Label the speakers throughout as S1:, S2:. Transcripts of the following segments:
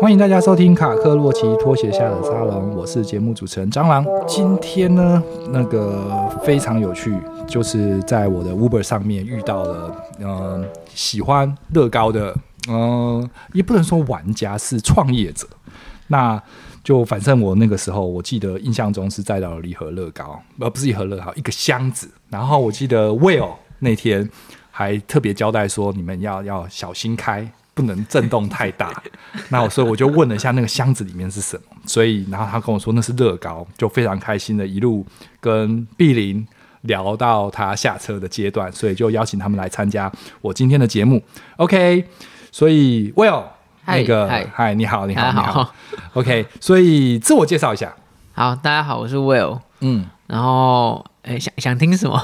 S1: 欢迎大家收听卡克洛奇拖鞋下的沙龙，我是节目主持人蟑螂。今天呢，那个非常有趣，就是在我的 Uber 上面遇到了，嗯、喜欢乐高的，嗯、也不能说玩家，是创业者。那就反正我那个时候，我记得印象中是载到了一盒乐高，呃，不是一盒乐高，一个箱子。然后我记得 Will 那天还特别交代说，你们要要小心开，不能震动太 大。那我所以我就问了一下那个箱子里面是什么，所以然后他跟我说那是乐高，就非常开心的一路跟碧玲聊到他下车的阶段，所以就邀请他们来参加我今天的节目。OK，所以 Will
S2: 嗨
S1: 那个
S2: 嗨
S1: 嗨，你好，你好，
S2: 大
S1: 你
S2: 家
S1: 好
S2: 好。
S1: OK，所以自我介绍一下，
S2: 好，大家好，我是 Will。
S1: 嗯，
S2: 然后，哎，想想听什么？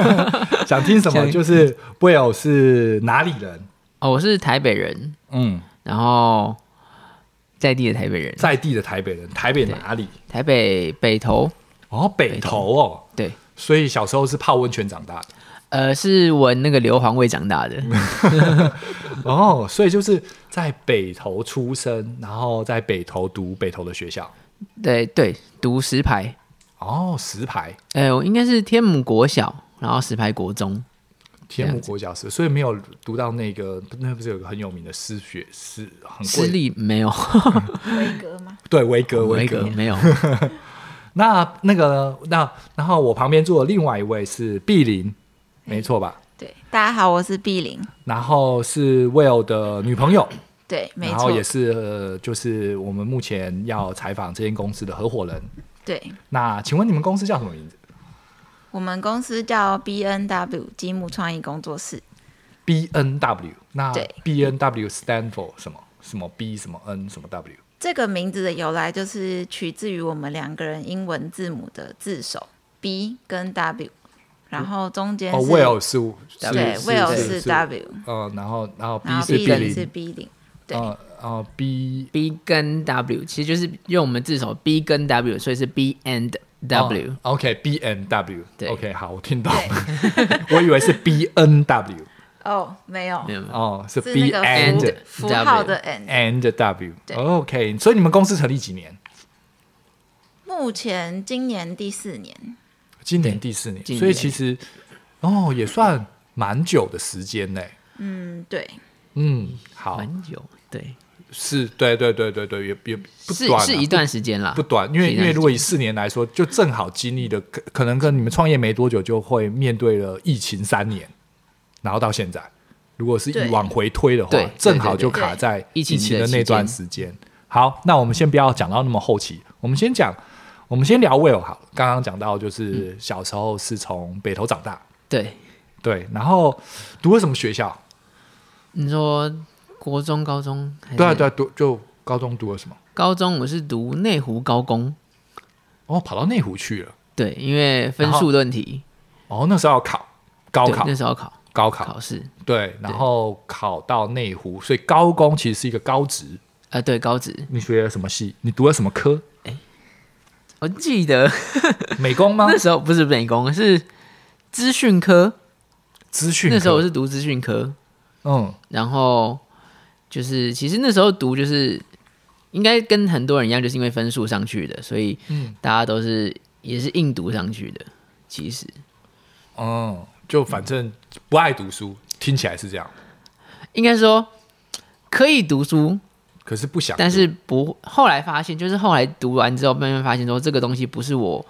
S1: 想听什么？
S2: 想
S1: 就是 Will 是哪里人？
S2: 哦，我是台北人，
S1: 嗯，
S2: 然后在地的台北人，
S1: 在地的台北人，台北哪里？
S2: 台北北投。
S1: 哦，北投哦。
S2: 对，
S1: 所以小时候是泡温泉长大的
S2: 呃，是闻那个硫磺味长大 的。
S1: 哦，所以就是在北投出生，然后在北投读北投的学校。
S2: 对对，读石牌。
S1: 哦，石牌
S2: 哎，我应该是天母国小，然后石牌国中。
S1: 天母国小是，所以没有读到那个，那不是有个很有名的私学，是很
S2: 私
S1: 贵的
S2: 立 没有，
S3: 维格吗？
S1: 对维格维
S2: 维
S1: 格
S2: 格没有。
S1: 那那个那然后我旁边坐的另外一位是碧玲，
S3: 哎
S1: 没错吧？
S3: 对，大家好，我是碧玲。
S1: 然后是 Will 的女朋友，
S3: 对，没
S1: 然后
S3: 错，
S1: 也是、呃、就是我们目前要采访这间公司的合伙人。
S3: 对。
S1: 那请问你们公司叫什么名字
S3: 我们公司叫 B N W 积木创意工作室，
S1: ？B N W。那
S3: 对
S1: B N W stand for 什么？什么 B 什么 N 什么 W？
S3: 这个名字的由来就是取自于我们两个人英文字母的字首 B 跟 W，然后中间
S1: 哦
S3: 是、
S1: ，Will 是是
S3: 对，Will
S1: 是
S3: 是 W，
S1: 呃，然后然后 B
S3: 然后
S1: 是
S3: B
S1: 碧
S3: 零是
S1: 玲，
S3: B 零，对
S1: 呃呃 B
S2: B 跟 W 其实就是用我们字首 B 跟 W，所以是 B and W。
S1: 哦 OK B N W
S2: 对
S1: OK 好，我听懂， 我以为是 B N W
S3: 哦，没有
S2: 没，有没有
S1: 哦，是
S3: 是
S1: B
S3: 那个
S1: and
S3: 符符号
S2: 嗯 W
S3: 的 N。
S1: and W
S3: 对
S1: OK，所以你们公司成立几年？
S3: 目前今年第四年，
S1: 今年第四年，
S2: 今年
S1: 所以其实哦也算蛮久的时间嘞。
S3: 嗯，对，
S1: 嗯，好，
S2: 蛮久，对，
S1: 是对对对对对，也也不
S2: 是
S1: 短啊、
S2: 是一段时间啦，
S1: 不短，因为
S2: 是一
S1: 因为
S2: 段时间
S1: 如果以四年来说，就正好经历了可可能跟你们创业没多久就会面对了疫情三年，然后到现在，如果是以
S3: 对
S1: 往回推的话
S2: 对对，
S1: 正好就卡在
S2: 对
S1: 疫
S2: 疫情的
S1: 情的那段时间。好，那我们先不要讲到那么后期，我们先讲，我们先聊 Will 好了。刚刚讲到就是小时候是从北头长大，
S2: 对。
S1: 对，然后读了什么学校？
S2: 你说国中、高中还是？
S1: 对啊，对啊，读就高中读了什么？
S2: 高中我是读内湖高工，
S1: 哦，跑到内湖去了。
S2: 对，因为分数论题，
S1: 哦，那时候要考高
S2: 对
S1: 考
S2: 那，时候考
S1: 高考。
S2: 考试，
S1: 对，然后考到内湖，所以高工其实是一个高职。
S2: 呃，对，高职，
S1: 你学了什么系？你读了什么科？
S2: 我记得
S1: 美工吗
S2: 那？时候不是美工，是资讯科，
S1: 资讯科。
S2: 那时候我是读资讯科，
S1: 嗯，
S2: 然后就是其实那时候读就是应该跟很多人一样，就是因为分数上去的，所以
S1: 嗯
S2: 大家都是也是硬读上去的，其实。
S1: 嗯，就反正不爱读书，听起来是这样，
S2: 应该说可以读书，
S1: 可是不想读。
S2: 但是不后来发现，就是后来读完之后，慢慢发现说这个东西不是我，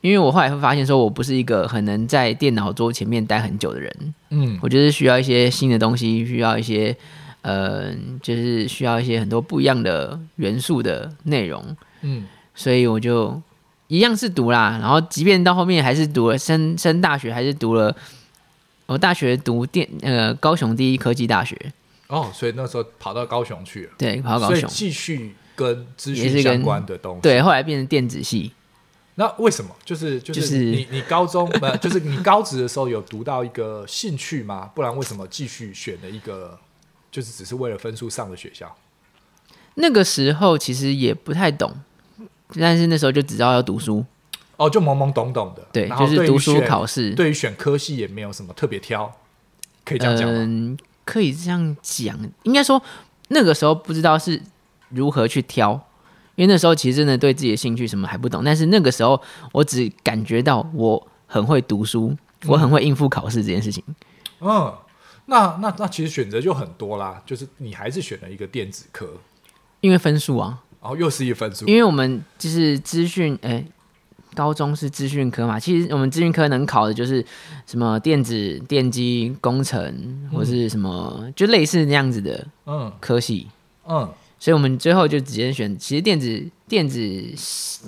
S2: 因为我后来会发现说我不是一个很能在电脑桌前面待很久的人，
S1: 嗯，
S2: 我就是需要一些新的东西，需要一些呃，就是需要一些很多不一样的元素的内容，
S1: 嗯，
S2: 所以我就一样是读啦，然后即便到后面还是读了升升大学，还是读了。我大学读电呃高雄第一科技大学，
S1: 哦，所以那时候跑到高雄去了，
S2: 对，跑到高
S1: 所以
S2: 雄。
S1: 继续跟资
S2: 也
S1: 讯
S2: 是跟
S1: 相关的东西。
S2: 对，后来变成电子系，
S1: 那为什么？就是就是
S2: 就是
S1: 你你高中 不就是你高职的时候有读到一个兴趣吗？不然为什么继续选了一个就是只是为了分数上的学校？
S2: 那个时候其实也不太懂，但是那时候就只知道要读书，
S1: 哦，就懵懵懂懂的，
S2: 对，
S1: 然后
S2: 就是
S1: 对于
S2: 读书
S1: 选
S2: 考试，
S1: 对于选科系也没有什么特别挑，可以这样讲吗？
S2: 嗯，可以这样讲，应该说那个时候不知道是如何去挑，因为那时候其实真的对自己的兴趣什么还不懂，但是那个时候我只感觉到我很会读书，我很会应付考试这件事情。呃
S1: 嗯，那那那其实选择就很多啦，就是你还是选了一个电子科，
S2: 因为分数啊，
S1: 然后又是一分数
S2: 因为我们就是资讯，哎、高中是资讯科嘛，其实我们资讯科能考的就是什么电子、电机、工程，或是什么、就类似那样子的
S1: 嗯
S2: 科系，
S1: 嗯
S2: 所以我们最后就直接选，其实电子、电子、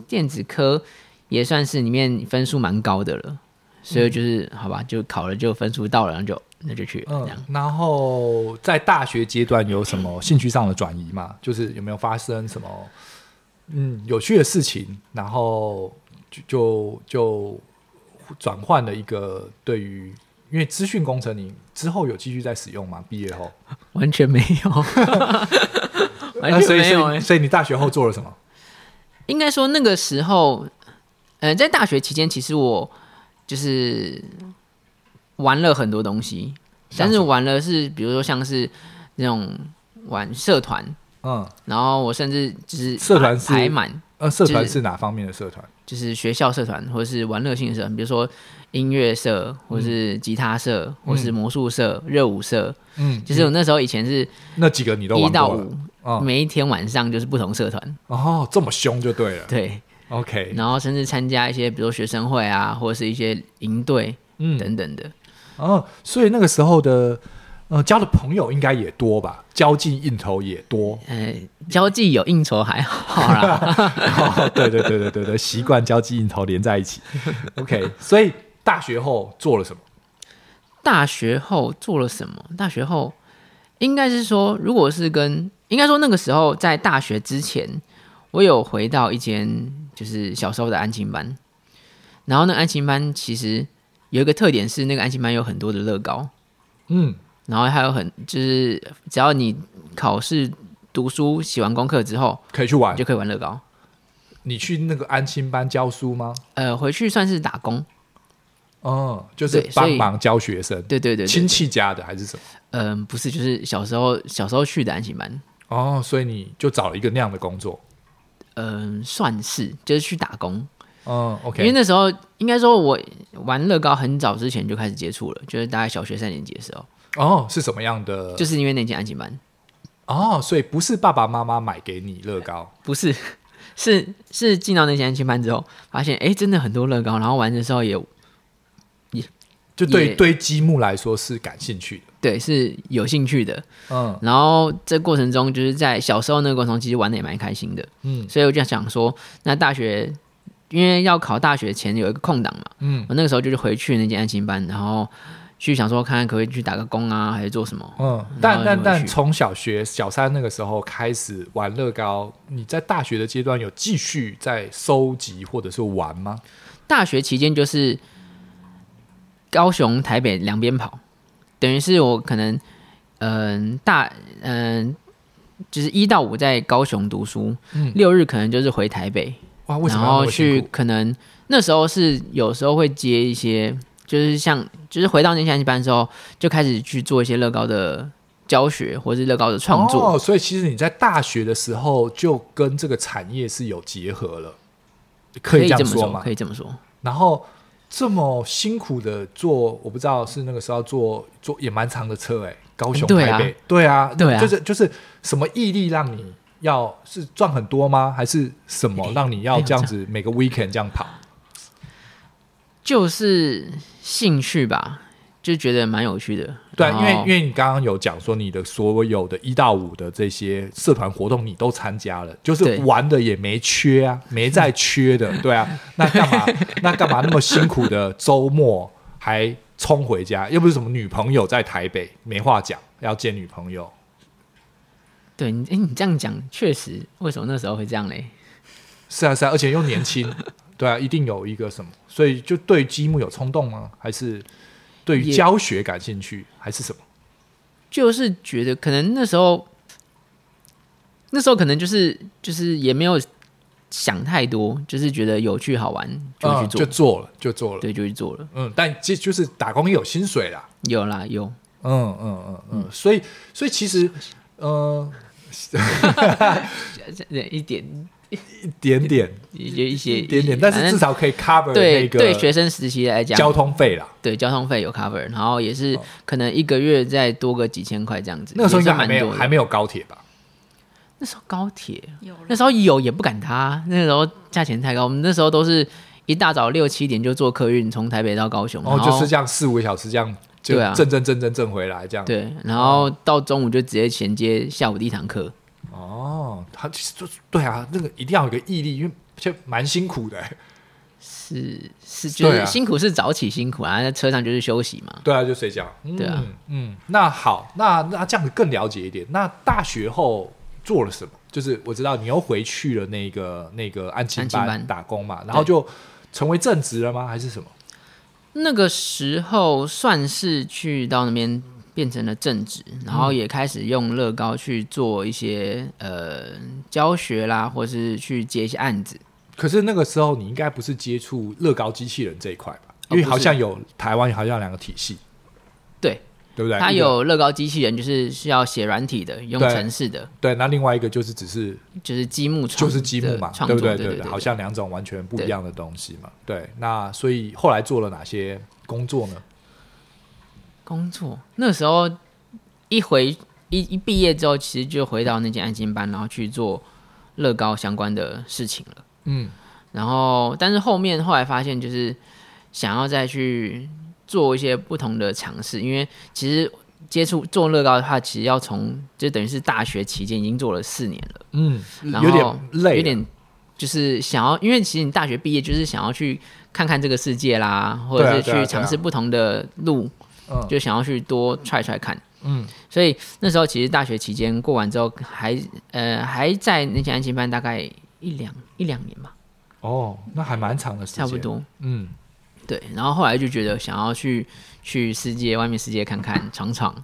S2: 电子科也算是里面分数蛮高的了，所以就是、好吧，就考了就分数到了，然后就那就去了、这样
S1: 嗯。，然后在大学阶段有什么兴趣上的转移吗？就是有没有发生什么嗯有趣的事情，然后就就就转换了一个对于。因为资讯工程，你之后有继续在使用吗？毕业后，
S2: 完全没有，完
S1: 呃所
S2: 全
S1: 以
S2: 没有、
S1: 所
S2: 欸
S1: 以所以你大学后做了什么？
S2: 应该说那个时候，呃，在大学期间，其实我就是玩了很多东西，但
S1: 像
S2: 是
S1: 什
S2: 玩了是比如说像是那种玩社团，
S1: 嗯，
S2: 然后我甚至就是
S1: 社团是
S2: 排满，
S1: 呃，社团
S2: 就是
S1: 是哪方面的社团？
S2: 就是学校社团或者是玩乐性社团，比如说音乐社，或是吉他社，或是魔术社、热舞社，
S1: 嗯，
S2: 就是我那时候以前是
S1: 那几个你都
S2: 一
S1: 玩
S2: 到
S1: 过了
S2: 五，
S1: 嗯
S2: 每一天晚上就是不同社团，
S1: 哦，这么凶就对了。
S2: 对，
S1: OK，
S2: 然后甚至参加一些比如说学生会啊，或者是一些营队。
S1: 嗯，
S2: 等等的。。
S1: 哦，所以那个时候的呃交的朋友应该也多吧，交际应酬也多
S2: 呃，交际有应酬还好 啦，
S1: 哦对对对对对对，习惯交际应酬连在一起。OK，所以大学后做了什么？
S2: 大学后做了什么？大学后应该是说，如果是跟应该说那个时候在大学之前，我有回到一间就是小时候的安亲班，然后那个安亲班其实有一个特点是，那个安亲班有很多的乐高，
S1: 嗯
S2: 然后还有很就是只要你考试。读书写完功课之后，
S1: 可以去玩
S2: 你就。可以玩乐高。
S1: 你去那个安亲班教书吗？
S2: 呃，回去算是打工，
S1: 嗯，就是
S2: 对所
S1: 帮
S2: 以
S1: 忙教学生，
S2: 对对对对
S1: 亲戚家的还是什么？
S2: 嗯、不是，就是小时候小时候去的安心班，
S1: 哦，所以你就找了一个那样的工作。
S2: 嗯、算是就是去打工，
S1: 嗯，OK，
S2: 因为那时候应该说我玩乐高很早之前就开始接触了，就是大概小学三年级的时候，
S1: 哦，是什么样的？
S2: 就是因为那间安心班，
S1: 哦，所以不是爸爸妈妈买给你乐高，
S2: 不是是是进到那间安心班之后，发现哎、诶真的很多乐高，然后玩的时候也
S1: 就对
S2: 也
S1: 对积木来说是感兴趣的。
S2: 对是有兴趣的，
S1: 嗯
S2: 然后这过程中就是在小时候那个过程中其实玩的也蛮开心的，
S1: 嗯
S2: 所以我就想说，那大学因为要考大学前有一个空档嘛。
S1: 嗯
S2: 我那个时候就是回去那间安心班，然后去想说看看可不可以去打个工啊，还是做什么？
S1: 嗯，但
S2: 然后
S1: 但
S2: 就
S1: 但
S2: 去
S1: 从小学小三那个时候开始玩乐高，你在大学的阶段有继续在收集或者是玩吗？
S2: 大学期间就是高雄、台北两边跑，等于是我可能嗯、大嗯、就是一到五在高雄读书，
S1: 嗯
S2: 六日可能就是回台北，
S1: 哇，为什
S2: 然
S1: 么要那
S2: 后
S1: 么辛
S2: 去
S1: 苦？
S2: 可能那时候是有时候会接一些，就是像就是回到那间安心班之后，就开始去做一些乐高的教学或是乐高的创作。
S1: 哦，所以其实你在大学的时候就跟这个产业是有结合了，可
S2: 可以
S1: 这
S2: 这
S1: 样
S2: 么
S1: 吗？
S2: 可以这么说。
S1: 然后这么辛苦的坐，我不知道是那个时候坐坐也蛮长的车哎、高雄
S2: 对
S1: 台
S2: 啊
S1: 北，对啊，
S2: 对啊
S1: 就是就是什么毅力让你要是赚很多吗？还是什么让你要这样子每个 weekend 这样跑？
S2: 就是兴趣吧，就觉得蛮有趣的。
S1: 对啊、
S2: 然
S1: 因
S2: 后
S1: 为因为你刚刚有讲说你的所有的一到五的这些社团活动你都参加了，就是
S2: 对
S1: 玩的也没缺 啊，没在缺的，对啊，那干嘛那干嘛那么辛苦的周末还冲回家？又不是什么女朋友在台北，没话讲，要见女朋友。
S2: 对你，哎，你这样讲确实，为什么那时候会这样嘞？
S1: 是啊是啊，而且又年轻，对啊，一定有一个什么，所以就对积木有冲动吗？还是对于
S2: 也
S1: 教学感兴趣，还是什么？
S2: 就是觉得可能那时候，那时候可能就是就是也没有想太多，就是觉得有趣好玩就去
S1: 嗯
S2: 做，
S1: 就做了，就做了。
S2: 对，就去做了。
S1: 嗯，但这就是打工也有薪水啦。
S2: 有啦，有
S1: 嗯嗯嗯嗯，所以所以其实，呃，
S2: 一点
S1: 一点点，
S2: 也一些
S1: 一点点，但
S2: 反
S1: 是
S2: 正
S1: 至少可以 cover 那
S2: 对
S1: 个
S2: 对学生时期来讲，
S1: 交通费啦。
S2: 对交通费有 cover，然后也是
S1: 哦
S2: 可能一个月再多个几千块这样子。
S1: 那个时候
S2: 也
S1: 应
S2: 是
S1: 该还
S2: 蛮
S1: 没有
S2: 多的
S1: 还没有高铁吧？
S2: 那时候高铁，
S3: 有
S2: 那
S3: 了
S2: 时候有也不敢搭，那时候价钱太高。我们那时候都是一大早六七点就坐客运从台北到高雄，
S1: 然后
S2: 然
S1: 哦就是这样四五个小时这样，就
S2: 对啊
S1: 正正正正正回来这样。
S2: 对，然后到中午就直接衔接下午第一堂课。
S1: 哦，他其实就是对啊，那个一定要有个毅力，因为就蛮辛苦的欸、
S2: 是，就
S1: 对啊
S2: 是辛苦是早起辛苦啊，在车上就是休息嘛。
S1: 对啊，就睡觉。嗯、
S2: 对啊，
S1: 嗯，那好，那那这样子更了解一点。那大学后做了什么？就是我知道你又回去了那个那个安亲
S2: 安亲班
S1: 打工嘛，然后就成为正职了吗？还是什么？
S2: 那个时候算是去到那边变成了正职，然后也开始用乐高去做一些呃教学啦，或是去接一些案子。
S1: 可是那个时候你应该不是接触乐高机器人这一块吧？因为
S2: 哦不是
S1: 好像有台湾好像有两个体系，
S2: 对，
S1: 对不对？
S2: 它
S1: 一个
S2: 有乐高机器人，就是是要写软体的，用
S1: 对
S2: 程式的，
S1: 对，那另外一个就是只是
S2: 就是积木创，
S1: 就是积木嘛
S2: 的，创
S1: 对
S2: 作
S1: 不对？
S2: 对
S1: 对
S2: 对，
S1: 好像两种完全不一样的东西嘛。对，那所以后来做了哪些工作呢？
S2: 工作那时候一回一一毕业之后，其实就回到那间安心班，然后去做乐高相关的事情了。
S1: 嗯，
S2: 然后，但是后面后来发现，就是想要再去做一些不同的尝试，因为其实接触做乐高的话，其实要从就等于是大学期间已经做了四年了，
S1: 嗯，
S2: 然
S1: 有
S2: 后
S1: 点累，啊
S2: 有点就是想要，因为其实你大学毕业就是想要去看看这个世界啦，或者
S1: 对啊
S2: 是
S1: 对啊对啊
S2: 去尝试不同的路，
S1: 嗯
S2: 就想要去多 try try 看。
S1: 嗯，
S2: 所以那时候其实大学期间过完之后还，呃还在那间安亲班大概一两一两年吧，
S1: 哦，那还蛮长的时间，
S2: 差不。多。
S1: 嗯，
S2: 对，然后后来就觉得想要去去世界外面世界看看闯闯，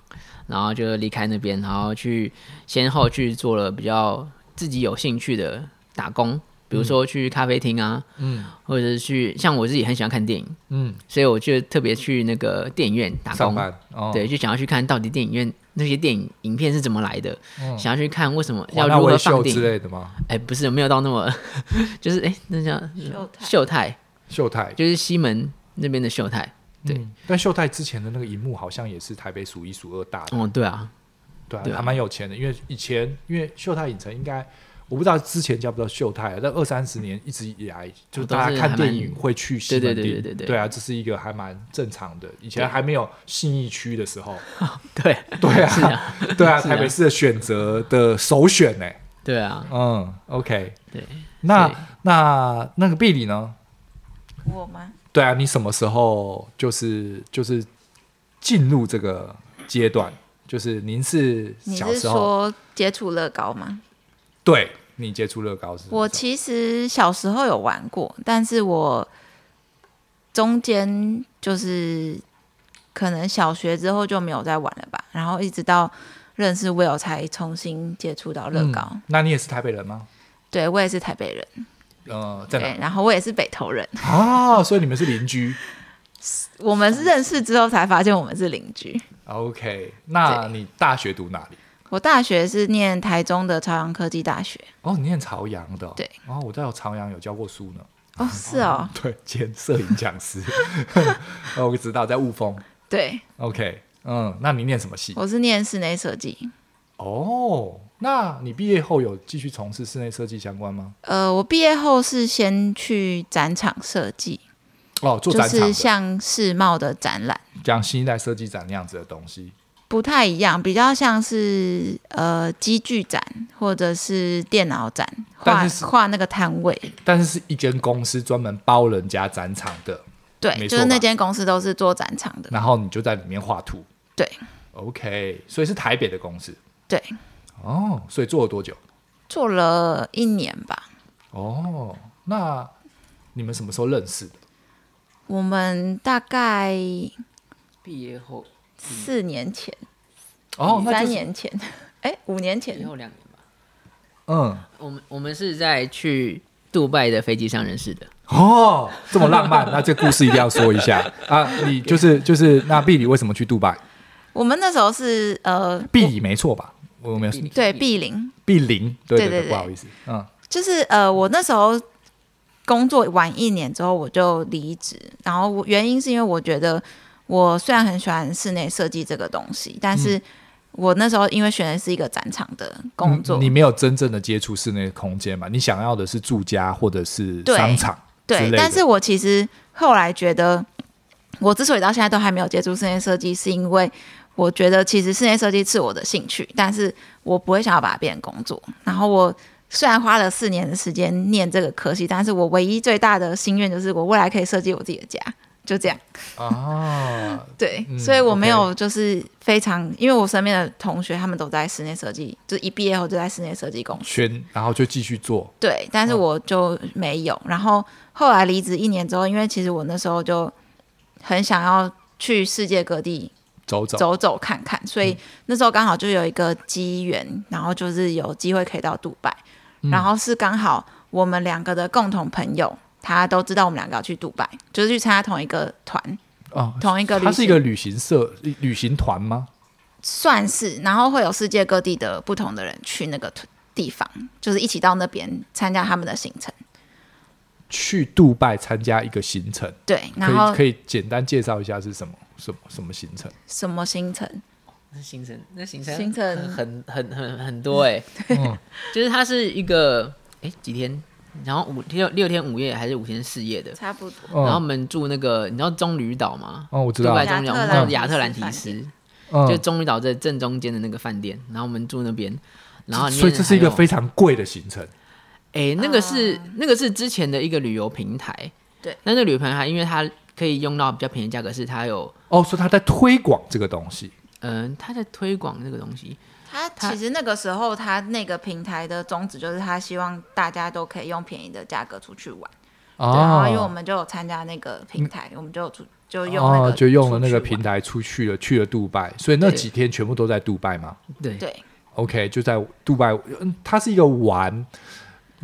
S2: 然后就离开那边，然后去先后去做了比较自己有兴趣的打工，比如说去咖啡厅啊，
S1: 嗯
S2: 或者是去像我自己很喜欢看电影，
S1: 嗯，
S2: 所以我就特别去那个电影院打
S1: 上
S2: 工，
S1: 班哦，
S2: 对，就想要去看到底电影院那些电影影片是怎么来的，
S1: 嗯
S2: 想要去看为什么
S1: 华
S2: 要
S1: 纳
S2: 如何
S1: 维
S2: 放
S1: 秀
S2: 电
S1: 之
S2: 影。
S1: 类的吗？
S2: 哎，不是，没有到那么， 就是哎，那叫
S3: 秀泰
S2: 秀泰，
S1: 秀泰，
S2: 就是西门那边的秀泰。对
S1: 嗯，但秀泰之前的那个荧幕好像也是台北数一数二大的，
S2: 哦，对啊，
S1: 对啊
S2: 对，啊
S1: 还蛮有钱的，因为以前因为秀泰影城应该。我不知道之前叫不叫秀泰，啊但二三十年一直以来，就是大家
S2: 哦都是
S1: 看
S2: 还蛮
S1: 电影会去西门町，
S2: 对对对对对对
S1: 啊，这是一个还蛮正常的。以前还没有信义区的时 候，
S2: 对，
S1: 对
S2: 是
S1: 啊，
S2: 啊，
S1: 对啊，
S2: 是
S1: 台北市的选择的首选呢、
S2: 对啊，
S1: 嗯，OK，
S2: 对，
S1: 那
S2: 对
S1: 那那个碧里呢？
S3: 我吗？
S1: 对啊，你什么时候就是就是进入这个阶段？就是您是
S3: 你
S1: 小
S3: 是
S1: 时候
S3: 说接触乐高吗？
S1: 对你接触乐高是什么时候？
S3: 我其实小时候有玩过，但是我中间就是可能小学之后就没有再玩了吧，然后一直到认识 Will 才重新接触到乐高。
S1: 嗯那你也是台北人吗？
S3: 对我也是台北人，
S1: 呃，在
S3: 对
S1: 哪，
S3: 然后我也是北投人，
S1: 啊？所以你们是邻居。
S3: 我们是认识之后才发现我们是邻居。
S1: OK，那你大学读哪里？
S3: 我大学是念台中的朝阳科技大学，
S1: 哦，你念朝阳的哦。
S3: 对
S1: 哦，我在朝阳有教过书呢。
S3: 哦，是哦，
S1: 对，兼摄影讲师。 哦，我知道，在雾峰。
S3: 对，
S1: OK，嗯，那你念什么系？
S3: 我是念室内设计，
S1: 哦，那你毕业后有继续从事室内设计相关吗？
S3: 呃，我毕业后是先去展场设计，
S1: 哦，做
S3: 就
S1: 展场
S3: 是
S1: 的，
S3: 像世贸的展览
S1: 讲新一代设计展那样子的东西。
S3: 不太一样，比较像是呃机具展或者是电脑展，画
S1: 但是是
S3: 画那个摊位。
S1: 但是是一间公司专门包人家展场的，没
S3: 对，
S1: 错
S3: 就是那
S1: 吧嗯
S3: 间公司都是做展场的。
S1: 然后你就在里面画图。
S3: 对
S1: ，OK，所以是台北的公司。
S3: 对，
S1: 哦，所以做了多久？
S3: 做了一年吧，
S1: 哦，那你们什么时候认识的？
S3: 我们大概
S2: 毕业后
S3: 四年前，
S1: 哦，那
S3: 三
S1: 就是
S3: 年前，哎，五年
S2: 以
S3: 前，
S2: 后两年吧，
S1: 嗯，
S2: 我们我们是在去杜拜的飞机上认识的。
S1: 哦，这么浪 漫，那这故事一定要说一下啊！你就是就是那毕里为什么去杜拜？
S3: 我们那时候是呃，
S1: 毕里没错吧？我没有
S2: 毕里
S3: 对，碧玲，
S1: 毕林，对
S3: 对
S1: 对
S3: 对对
S1: 不好意思，嗯，
S3: 就是呃，我那时候工作完一年之后我就离职，然后我原因是因为我觉得我虽然很喜欢室内设计这个东西，但是我那时候因为选的是一个展场的工作，
S1: 嗯你没有真正的接触室内空间嘛？你想要的是住家或者是
S3: 对
S1: 商场，之类
S3: 对，
S1: 的
S3: 但是我其实后来觉得，我之所以到现在都还没有接触室内设计，是因为我觉得其实室内设计是我的兴趣，但是我不会想要把它变成工作。然后我虽然花了四年的时间念这个科系，但是我唯一最大的心愿就是我未来可以设计我自己的家，就这样。
S1: 啊，
S3: 对，
S1: 嗯
S3: 所以我没
S1: OK
S3: 有就是非常，因为我身边的同学他们都在室内设计，就一毕业后就在室内设计工作。
S1: 圈，然后就继续做，
S3: 对，但是
S1: 嗯
S3: 我就没有。然后后来离职一年之后，因为其实我那时候就很想要去世界各地
S1: 走嗯走，
S3: 走走看看，所以那时候刚好就有一个机缘，然后就是有机会可以到杜拜，
S1: 嗯
S3: 然后是刚好我们两个的共同朋友。他都知道我们两个要去杜拜，就是去参加同一个团、
S1: 哦。
S3: 同一个旅
S1: 它
S3: 行，
S1: 是一个旅行社、旅行团吗？
S3: 算是，然后会有世界各地的不同的人去那个 t- 地方，就是一起到那边参加他们的行程。
S1: 去杜拜参加一个行程，
S3: 对，
S1: 可
S3: 然后
S1: 以可以简单介绍一下是什么什么什么行程？
S3: 什么行程？
S2: 那行程，那行程
S3: 行程
S2: 很很很很多 哎、
S1: 嗯
S2: 就是它是一个哎、几天，然后五六六天五夜还是五天四夜的，
S3: 差不多。
S2: 然后我
S1: 嗯，
S2: 们住那个你知道棕榈岛吗？
S1: 哦，我知
S2: 杜
S1: 道
S2: 拜，
S3: 亚
S2: 棕榈岛，
S3: 特
S2: 我们
S3: 兰
S2: 到
S3: 提
S2: 亚特
S3: 斯
S2: 兰提
S3: 饭
S2: 斯，
S1: 嗯
S2: 就棕榈岛在正中间的那个饭店，然后我们住那边，然后里面
S1: 所以这是一个
S2: 还有
S1: 非常贵的行程。
S2: 哎，那个是、那个是之前的一个旅游平台，
S3: 啊对，
S2: 那那个旅游平台因为它可以用到比较便宜的价格，是它有
S1: 哦，所以他在推广这个东西。
S2: 嗯、呃它在推广那个东西，
S3: 他
S2: 他
S3: 其实那个时候，他那个平台的宗旨就是他希望大家都可以用便宜的价格出去玩。
S2: 哦
S3: 对然
S1: 啊
S3: 后因为我们就有参加那个平台，我们就有出就用那个、
S1: 哦，就用了那个平
S3: 台。
S1: 台出去了，去了杜拜，所以那
S2: 对
S1: 几天全部都在杜拜嘛。
S2: 对，
S3: 对
S1: OK，就在杜拜，嗯，它是一个玩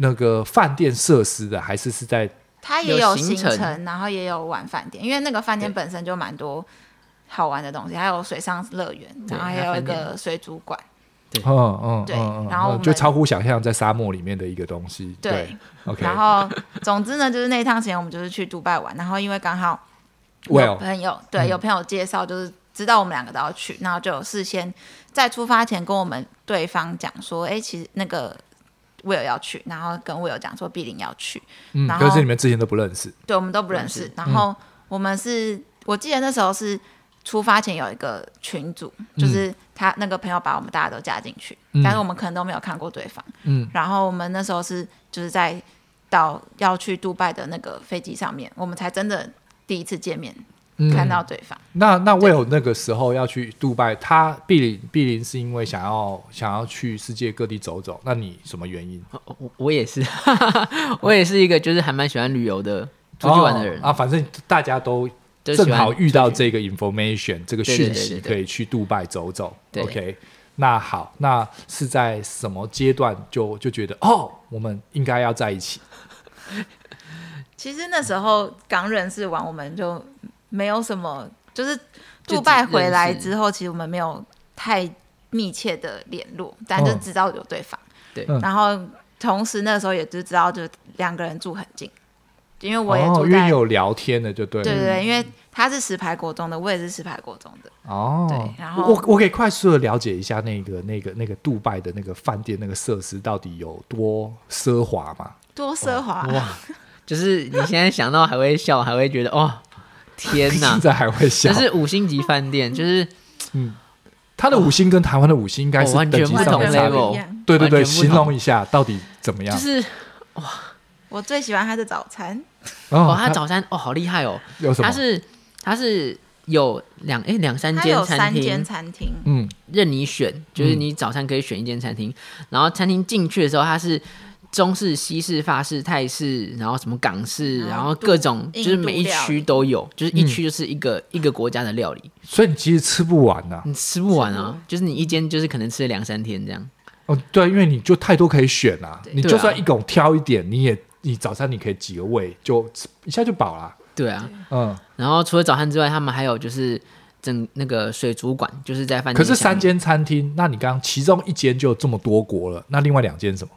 S1: 那个饭店设施的，还是是在
S3: 他也
S2: 有
S3: 有
S2: 行
S3: 行
S2: 程
S3: 程，然后也有玩饭店，因为那个饭店
S2: 对
S3: 本身就蛮多好玩的东西，还有水上乐园，
S2: 对
S3: 然后
S2: 还
S3: 还
S2: 有
S3: 有
S2: 饭
S3: 一
S2: 店
S3: 个水族馆。
S1: 嗯嗯
S3: 对
S1: 嗯，嗯
S3: 然后我
S1: 嗯
S3: 们
S1: 就超乎想象，在沙漠里面的一个东西。
S3: 对
S1: 对，OK，
S3: 然后总之呢，就是那一趟前我们就是去杜拜玩，然后因为刚好有
S1: Well，
S3: 朋友对
S1: 嗯
S3: 有朋友介绍，就是知道我们两个都要去，然后就有事先在出发前跟我们对方讲说，哎，其实那个 Will 要去，然后跟 Will 讲说碧玲要去，
S1: 嗯，
S3: 然后
S1: 可是你们之前都不认识，
S3: 对我们都不认
S2: 认
S3: 识，然后我们是我记得那时候是出发前有一个群组，就是他那个朋友把我们大家都加进去，
S1: 嗯
S3: 但是我们可能都没有看过对方，
S1: 嗯，
S3: 然后我们那时候是就是在到要去杜拜的那个飞机上面，我们才真的第一次见面，
S1: 嗯
S3: 看到对方。
S1: 那那 Will 那个时候要去杜拜，他碧林碧林是因为想要想要去世界各地走走，那你什么原因？
S2: 哦我我也是， 我也是一个就是还蛮喜欢旅游的，出去玩的人，
S1: 哦啊，反正大家都
S2: 就喜
S1: 正
S2: 欢
S1: 好遇到这个 information 这个
S2: 对对
S1: 讯
S2: 对
S1: 息，
S2: 对
S1: 可
S2: 对
S1: 以去杜拜走走。
S2: 对
S1: OK，那好，那是在什么阶段就就觉得哦，我们应该要在一起？
S3: 其实那时候刚认识完，我们就没有什么，就是
S2: 就
S3: 杜拜
S2: 只
S3: 回来
S2: 认识
S3: 之后，其实我们没有太密切的联络，但就
S1: 嗯
S3: 知道有哦对方。
S2: 对
S1: 嗯
S3: 然后同时那时候也就知道，就两个人住很近，因为我也
S1: 哦，
S3: 住
S1: 因为
S3: 在、
S1: 你有聊天的，就对了。
S3: 对对对，因为他是石牌国中的，我也是石牌国中的，
S1: 哦，
S3: 对然后
S1: 我我可以快速的了解一下那个那个那个杜拜的那个饭店那个设施到底有多奢华 吗？
S3: 多奢华、啊
S2: 哇，就是你现在想到还会笑，还会觉得哦，天哪
S1: 现！在还会
S2: 这
S1: 想，
S2: 是五星级饭店，就是
S1: 它的五星跟台湾的五星应该是
S2: 哦完全
S1: 等级
S2: 不
S1: 上
S2: 同
S1: 的
S3: 完
S1: 差别。
S3: 全不一
S2: level，
S3: 样
S1: 对对对，
S2: 完全不
S1: 形
S2: 同
S1: 容一下到底怎么样？
S2: 就是
S3: 我最喜欢他的早餐，
S2: 哦，
S1: 它
S2: 他早餐哦好厉害哦，
S1: 有什么？
S2: 他是他是有两哎两三
S3: 他
S2: 间
S3: 有
S2: 餐
S3: 三间
S2: 厅
S3: 餐厅，
S1: 嗯
S2: 任你选，就是你早餐可以选一间餐厅，然后餐厅进去的时候，它是中式、西式、法式、泰式，然后什么港式，
S3: 然后
S2: 然后
S3: 印度
S2: 各种就是每一
S3: 印度料
S2: 区
S3: 理
S2: 都有，就是一区就是一个、一个国家的料理，
S1: 所以你其实吃不完呐、
S2: 你吃不完
S3: 吃不
S2: 啊，就是你一间就是可能吃了两三天这样。
S1: 哦，对，因为你就太多可以选啦、你
S2: 对
S1: 就
S2: 啊
S1: 算一拱挑一点，你也你早餐你可以几个胃就一下就饱啦。
S2: 对啊，
S1: 嗯，
S2: 然后除了早餐之外，他们还有就是整那个水族馆，就是在饭店。
S1: 可是三间餐厅，那你刚刚其中一间就这么多国了，那另外两间是什么？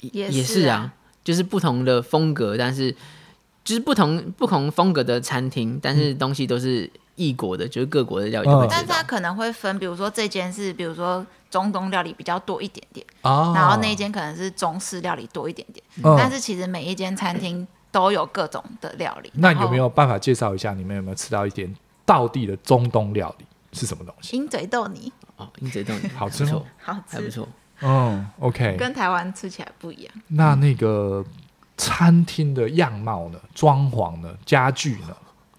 S2: 也
S3: 也是
S2: 是啊，就是不同的风格，但是就是不同不同风格的餐厅，但是东西都是异国的，就是各国的料理都会
S1: 嗯
S2: 吃
S3: 但是
S2: 到。
S3: 它可能会分，比如说这间是，比如说中东料理比较多一点点，
S1: 啊
S3: 然后那一间可能是中式料理多一点点，
S1: 嗯
S3: 但是其实每一间餐厅都有各种的料理。
S1: 那
S3: 然后
S1: 有没有办法介绍一下，你们有没有吃到一点道地的中东料理是什么东西？
S3: 鹰嘴豆泥？
S2: 哦，鹰嘴豆泥
S1: 好吃
S2: 还不
S1: 吗
S2: 错，
S3: 好
S2: 还不
S3: 吃，
S2: 错。
S1: 嗯，OK，
S3: 跟台湾吃起来不一样。
S1: 那那个餐厅的样貌呢？装潢呢？家具呢？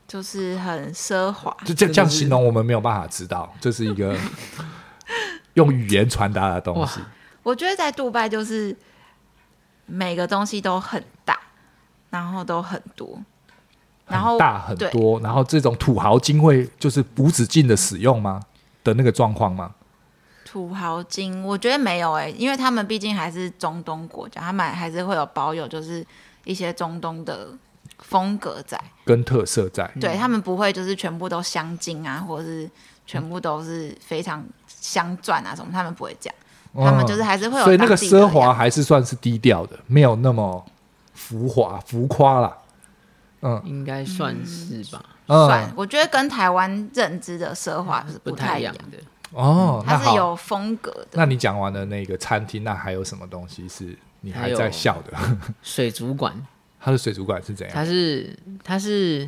S3: 就是很奢华，
S1: 就这这样形容，我们没有办法知道，这是一个用语言传达的东西。
S3: 我觉得在杜拜就是每个东西都很大，然后都很多，然后
S1: 很大很
S3: 对
S1: 多，然后这种土豪金会就是无止境的使用吗？的那个状况吗？
S3: 土豪金，我觉得没有哎、因为他们毕竟还是中东国家，他们还是会有保有就是一些中东的风格在，
S1: 跟特色在，
S3: 对他们不会就是全部都镶金啊，或者是全部都是非常镶钻啊什么，他们不会这样，他们就是还是会有
S1: 哦所以那个
S3: 当地的
S1: 奢华
S3: 样
S1: 还是算是低调的，没有那么浮华浮夸啦。
S2: 应该算是吧，
S1: 嗯，
S3: 算，我觉得跟台湾认知的奢华是不
S2: 太
S3: 太一样
S2: 样，的。
S1: 哦，那
S3: 嗯它是
S1: 好，
S3: 有风格的。
S1: 那你讲完了那个餐厅，那还有什么东西是你
S2: 还
S1: 还
S2: 有
S1: 在笑的？
S2: 水族馆，
S1: 它的水族馆是怎样？
S2: 它是它是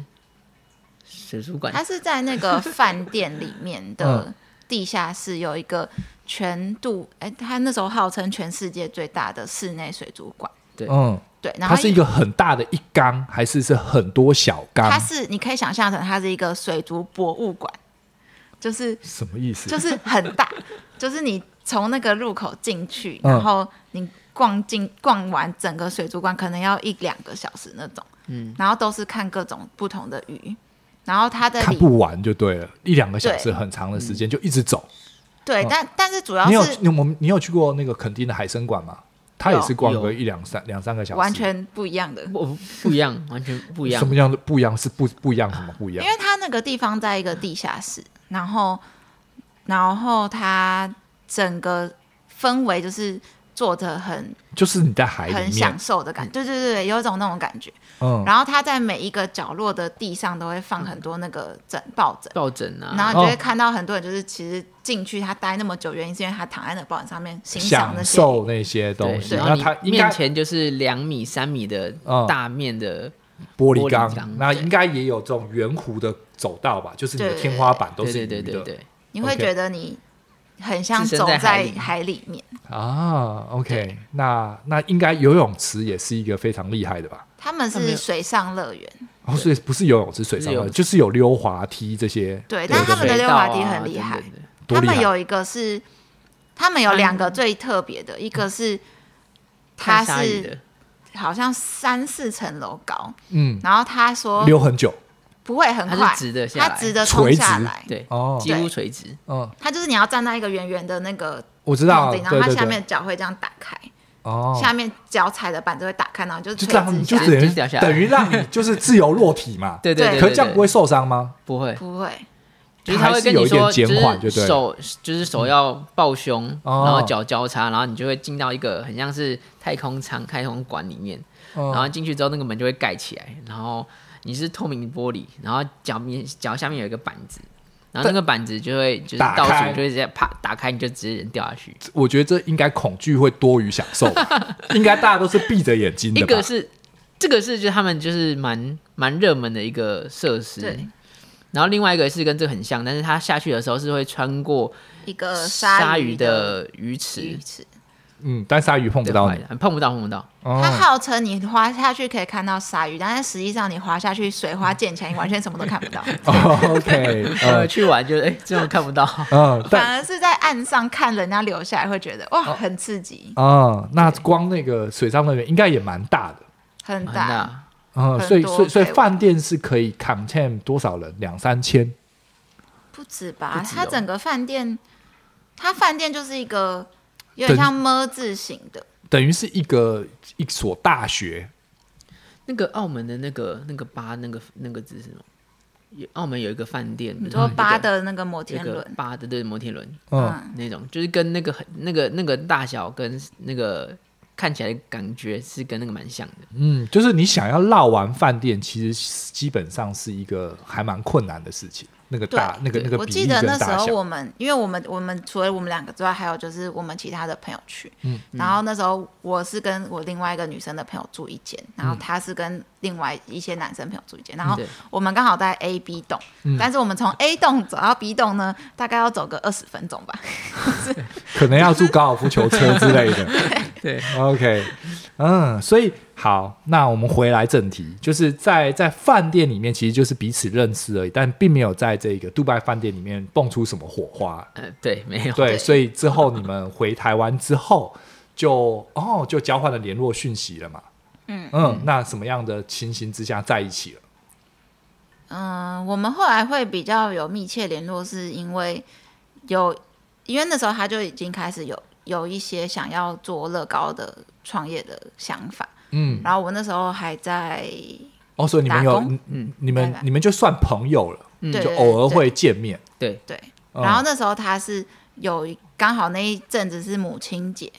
S2: 水族馆
S3: 它是在那个饭店里面
S1: 嗯
S3: 的地下室有一个全度，哎、它那时候号称全世界最大的室内水族馆。
S2: 对
S1: 嗯，
S3: 对，然后
S1: 它是一个很大的一缸，还是是很多小缸
S3: 它？是你可以想象成它是一个水族博物馆，就是
S1: 什么意思？
S3: 就是很大，就是你从那个入口进去，
S1: 嗯
S3: 然后你逛进逛完整个水族馆，可能要一两个小时那种。嗯，然后都是看各种不同的鱼，然后它在
S1: 看
S3: 里
S1: 不完就对了，一两个小时
S3: 对
S1: 很长的时间就一直走。
S3: 对，
S1: 嗯
S3: 但但是主要
S1: 你有
S3: 是
S1: 你我们你有去过那个垦丁的海参馆吗？它也是逛个
S2: 有
S1: 一两三两三个小时，
S3: 完全不一样的。
S2: 不不不一样，完全不一样
S1: 什。么样的不一样？是不不一样什么不一样
S3: 因？为它那个地方在一个地下室，然后然后它整个氛围就是做的很
S1: 就是你在海
S3: 很
S1: 里
S3: 享
S1: 面，
S3: 受的感觉，对对对对，有一种那种感觉。
S1: 嗯，
S3: 然后它在每一个角落的地上都会放很多那个枕抱枕。
S2: 抱枕啊，
S3: 然后你就会
S1: 哦
S3: 看到很多人，就是其实进去他待那么久，原因是因为他躺在那个抱枕上面欣赏那
S1: 享
S3: 些
S1: 受那些东西。
S2: 对，
S1: 那
S2: 然
S1: 它
S2: 后你
S1: 应该
S2: 面前就是两米、三米的
S1: 嗯
S2: 大面的，
S1: 玻
S2: 玻
S1: 璃
S2: 璃
S1: 缸
S2: 缸，
S1: 那
S2: 对
S1: 应该也有这种圆弧的走道吧？就是你的
S3: 对
S1: 天花板都
S2: 对
S1: 是
S2: 对
S1: 鱼
S2: 对对
S1: 的
S2: 对，
S3: 你会
S1: OK
S3: 觉得你很像
S2: 置身
S3: 走
S2: 在海
S3: 在
S2: 里
S3: 海里面。
S1: 啊。OK，那那应该游泳池也是一个非常厉害的吧？
S3: 他们
S2: 它没
S3: 是
S2: 有
S3: 水上乐园，
S1: 哦，所以不是游泳池、水上
S2: 不是游
S1: 乐，
S2: 泳
S1: 就
S2: 池
S1: 是有溜滑梯这些。
S3: 对
S1: 对
S3: 但他们的
S2: 水
S3: 溜
S2: 道
S3: 滑
S2: 啊
S3: 梯很厉害
S2: 等等的
S1: 多
S3: 他
S1: 厉害嗯
S3: 们有一个是，他们有两个最特别的，一个是它
S2: 看鲨鱼
S3: 是
S2: 的
S3: 好像三四层楼高，
S1: 嗯，
S3: 然后他说
S1: 溜很久
S3: 不会很
S2: 它
S3: 快
S2: 是，直的下
S3: 它
S2: 来
S3: 直的冲下来，
S2: 对，
S1: 哦，
S2: 几乎垂直，
S1: 嗯，
S3: 它就是你要站在一个圆圆的那个
S1: 我知道，
S3: 桶子，
S1: 对
S3: 然后它
S1: 对
S3: 下
S1: 对
S3: 面，脚会这样打开，
S1: 哦，
S3: 下面脚踩的板子会打开，然后就
S1: 就
S3: 垂
S1: 这样，你
S3: 直
S1: 就
S3: 下
S1: 等
S3: 来，
S1: 于
S2: 就掉下来
S1: 等于让你就是自由落体嘛。
S2: 对对对，
S3: 对
S1: 可这样不会
S2: 会
S1: 受伤吗？
S2: 不会，
S3: 不会，
S2: 就是他
S1: 还
S2: 会
S1: 是
S2: 跟
S1: 有
S2: 你
S1: 一点
S2: 说，
S1: 减缓，就对
S2: 是
S1: 了。
S2: 手就是手要抱胸，
S1: 哦
S2: 然后脚交叉，然后你就会进到一个很像是太空舱、太空馆里面，
S1: 嗯
S2: 然后进去之后那个门就会盖起来，然后你是透明玻璃，然后脚面脚下面有一个板子。然后那个板子就会就是
S1: 打
S2: 倒
S1: 开
S2: 数就会直接啪打开，你就直接人掉下去。
S1: 我觉得这应该恐惧会多于享受吧， 应该大家都是闭着眼睛
S2: 一
S1: 的吧
S2: 个？是这个是就是他们就是蛮蛮热门的一个设施，
S3: 对。
S2: 然后另外一个是跟这个很像，但是它下去的时候是会穿过
S3: 一个
S2: 鲨
S3: 呃鱼
S2: 鱼的鱼池，
S3: 鱼池，
S1: 嗯，但鲨鱼碰不到
S2: 坏
S1: 你。
S2: 的碰不到，碰不到。
S1: 哦
S3: 它号称你滑下去可以看到鲨鱼，但是实际上你滑下去，水花溅起来，你完全什么都看不到。
S1: 哦 OK，
S2: 呃，
S1: 呃
S2: 去玩就哎，这种看不到。
S1: 嗯，但
S3: 反而是在岸上看人家留下来，会觉得哇，
S2: 哦
S3: 很刺激，
S1: 啊，那光那个水上乐园应该也蛮大的。
S3: 很
S2: 很
S3: 大。
S2: 大，
S1: 啊，
S3: 很
S1: 所以
S3: 多
S1: 所以所以
S3: 可以玩
S1: 饭店是可以 contain 多少人？两三千
S3: 不止吧？
S2: 不止哦
S3: 它整个饭店，它饭店就是一个有
S1: 等
S3: 点像么字形的，
S1: 等于是一个一所大学
S2: 那个澳门的那个那个吧，那个那个字是什么？有澳门有一个饭店，
S3: 你
S2: 然后嗯有
S3: 说
S2: 一个
S3: 八的那个摩
S2: 有一
S3: 天
S2: 个
S3: 轮，
S2: 八的对摩天轮
S1: 嗯，
S3: 嗯，
S2: 那种，就是跟那个很那个那个大小跟那个看起来的感觉是跟那个蛮像的。
S1: 嗯，就是你想要绕完饭店，其实基本上是一个还蛮困难的事情。那个大那个那个
S3: 我
S1: 比
S3: 记
S1: 例
S3: 得
S1: 跟
S3: 那时
S1: 大
S3: 候
S1: 小，
S3: 我们，因为我们我们除了我们两个之外，还有就是我们其他的朋友去，
S1: 嗯
S3: 然后那时候我是跟我另外一个女生的朋友住一间，然后她是跟另外一些男生朋友住一间，然后
S2: 嗯对，
S3: 我们刚好在 A、B 栋，
S1: 嗯
S3: 但是我们从 A 栋走到 B 栋呢，大概要走个二十分钟吧。
S1: 可能要住高尔夫球车之类的。
S2: 对
S1: OK，嗯，所以好，那我们回来正题，就是在在饭店里面，其实就是彼此认识而已，但并没有在这个杜拜饭店里面蹦出什么火花。
S2: 呃，对，没有，
S1: 对，
S3: 哦对
S1: 所以之后你们回台湾之后就，哦就交换了联络讯息了嘛。
S3: 嗯
S1: 嗯，那什么样的情形之下在一起了？
S3: 嗯，我们后来会比较有密切联络，是因为有，因为那时候他就已经开始有有一些想要做乐高的创业的想法，
S1: 嗯，
S3: 然后我那时候还在
S1: 哦，所以你们
S3: 打
S1: 有
S3: 工，
S1: 嗯，你们
S3: 拜拜
S1: 你们就算朋友了，
S2: 嗯
S3: 对
S1: 就偶尔会见面。
S2: 对，
S3: 对，
S1: 嗯
S3: 然后那时候他是有一刚好那一阵子是母亲节，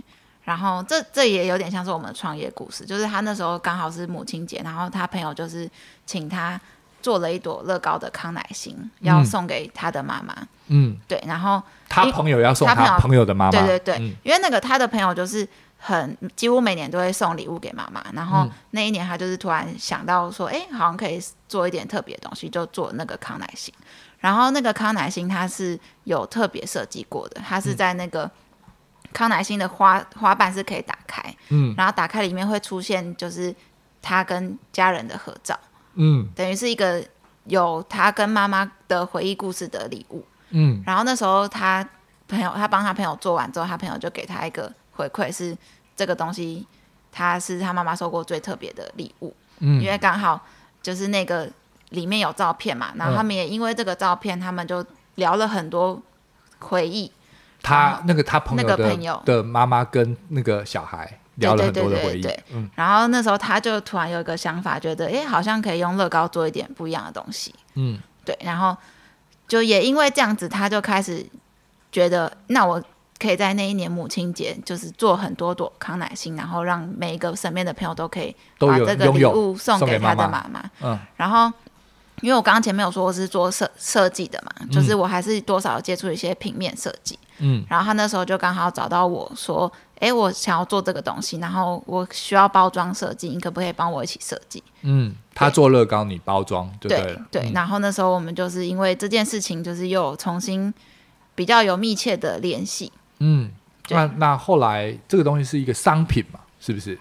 S3: 然后这这也有点像是我们的创业故事，就是他那时候刚好是母亲节，然后他朋友就是请他做了一朵乐高的康乃馨，要
S1: 嗯
S3: 送给他的妈妈。
S1: 嗯，
S3: 对，然后
S1: 他朋友要送
S3: 他朋
S1: 他
S3: 友
S1: 朋友的妈妈。
S3: 对对对，
S1: 嗯
S3: 因为那个他的朋友就是很几乎每年都会送礼物给妈妈，然后
S1: 嗯
S3: 那一年他就是突然想到说，哎、好像可以做一点特别的东西，就做那个康乃馨。然后那个康乃馨它是有特别设计过的，它是
S1: 嗯
S3: 在那个康乃馨的花花瓣是可以打开，
S1: 嗯
S3: 然后打开里面会出现就是他跟家人的合照，
S1: 嗯
S3: 等于是一个有他跟妈妈的回忆故事的礼物。
S1: 嗯
S3: 然后那时候他朋友，他帮他朋友做完之后，他朋友就给他一个回馈，是这个东西，他是他妈妈收过最特别的礼物，因
S1: 嗯，
S3: 为刚好就是那个里面有照片嘛，然后他们也因为这个照片，他们就聊了很多回忆，
S1: 他那个他朋友
S3: 那个
S1: 的
S3: 朋友
S1: 的妈妈跟那个小孩聊了很多的回忆
S3: 对对对对。
S1: 嗯
S3: 然后那时候他就突然有一个想法，觉得诶好像可以用乐高做一点不一样的东西，
S1: 嗯
S3: 对，然后就也因为这样子，他就开始觉得，那我可以在那一年母亲节，就是做很多朵康乃馨，然后让每一个身边的朋友都可以
S1: 都
S3: 把
S1: 有
S3: 这个
S1: 拥
S3: 礼
S1: 有
S3: 物送
S1: 送给
S3: 给他的
S1: 妈
S3: 妈妈。
S1: 嗯
S3: 然后，因为我刚刚前面有说我是做设设计的嘛，就是我还是多少有接触一些平面设计。
S1: 嗯
S3: 然后他那时候就刚好找到我说：“诶，我想要做这个东西，然后我需要包装设计，你可不可以帮我一起设计？”
S1: 嗯，他做乐高，你包装就对
S3: 对
S1: 了。
S3: 对，
S1: 嗯
S3: 然后那时候我们就是因为这件事情，就是又重新比较有密切的联系。
S1: 嗯，
S3: 对
S1: 那那后来这个东西是一个商品嘛，是不是？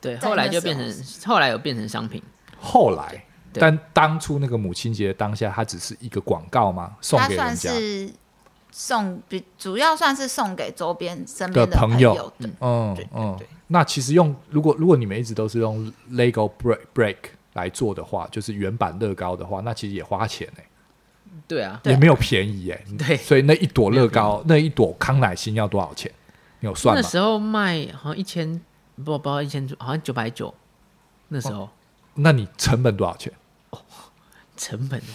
S2: 对，
S3: 在
S2: 后来
S3: 那
S2: 就
S3: 时
S2: 变
S3: 候
S2: 成，后来有变成商品，
S1: 后来，
S2: 对
S1: 但当初那个母亲节当下，它只是一个广告吗？送
S3: 他
S1: 给人
S3: 算
S1: 家？
S3: 是送，比主要算是送给周边身边
S1: 的朋
S3: 朋
S1: 友
S3: 对
S1: 嗯
S3: 对对
S1: 嗯
S2: 对。
S1: 那其实用如果如果你们一直都是用 Lego Break Break 来做的话，就是原版乐高的话，那其实也花钱哎、
S2: 对啊，
S3: 对
S1: 也没有便宜哎、
S2: 对
S1: 所以那一朵乐高，那一朵康乃馨要多少钱？你有算
S2: 那
S1: 吗？
S2: 时候卖好像一千，不不知道一千，好像九百九，那时候、
S1: 哦那你成本多少钱？
S2: 成本哦，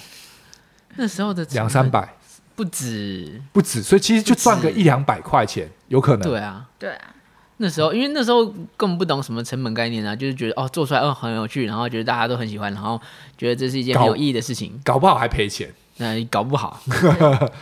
S2: 那时候的成
S1: 两三
S2: 本
S1: 百
S2: 不止，
S1: 不止，所以其实就赚个一两百块钱，有可能。
S2: 对啊，
S3: 对啊，
S2: 那时候因为那时候根本不懂什么成本概念啊，就是觉得哦做出来哦很有趣，然后觉得大家都很喜欢，然后觉得这是一件很
S1: 搞
S2: 有意义的 事情，
S1: 搞不好还赔钱。
S2: 那、搞不 好，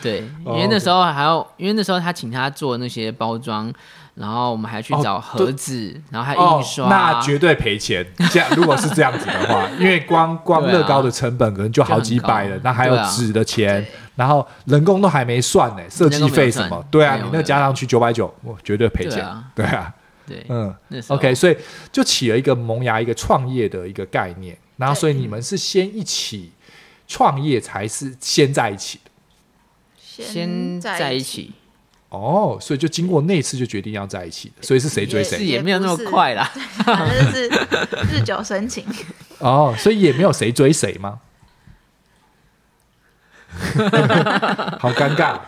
S2: 对，因
S1: 哦
S2: 为那时候还要，因为那时候他请他做那些包装，然后我们还去
S1: 哦
S2: 找
S1: 对
S2: 盒子，然后还有印刷，
S1: 哦那绝对赔钱。这样如果是这 样子的话，因为光光
S2: 对啊
S1: 乐高的成本可能就好几百了，
S2: 就很高
S1: 那还有
S2: 对啊
S1: 纸的钱，然后人工都还没算呢，设计费什么
S2: 人工没有算？
S1: 对啊，
S2: 没
S1: 你
S2: 有
S1: 那加上去九百九，我绝对赔
S2: 对
S1: 钱
S2: 啊。
S1: 对啊，
S2: 对，
S1: 嗯
S2: 那时候
S1: ，OK，所以就起了一个萌芽、一个创业的一个概念。然后，所以你们是先一起创业，才是先在一起的
S2: 先在一，起，
S1: 哦。所以就经过那次就决定要在一起的，所以是谁追
S3: 在一
S2: 是
S1: 谁
S3: 起
S2: 也没有那
S3: 也
S2: 么
S3: 不是
S2: 快啦。
S3: 反正就是 日久生情。
S1: 哦，所以也没有谁追谁吗？好尴尬。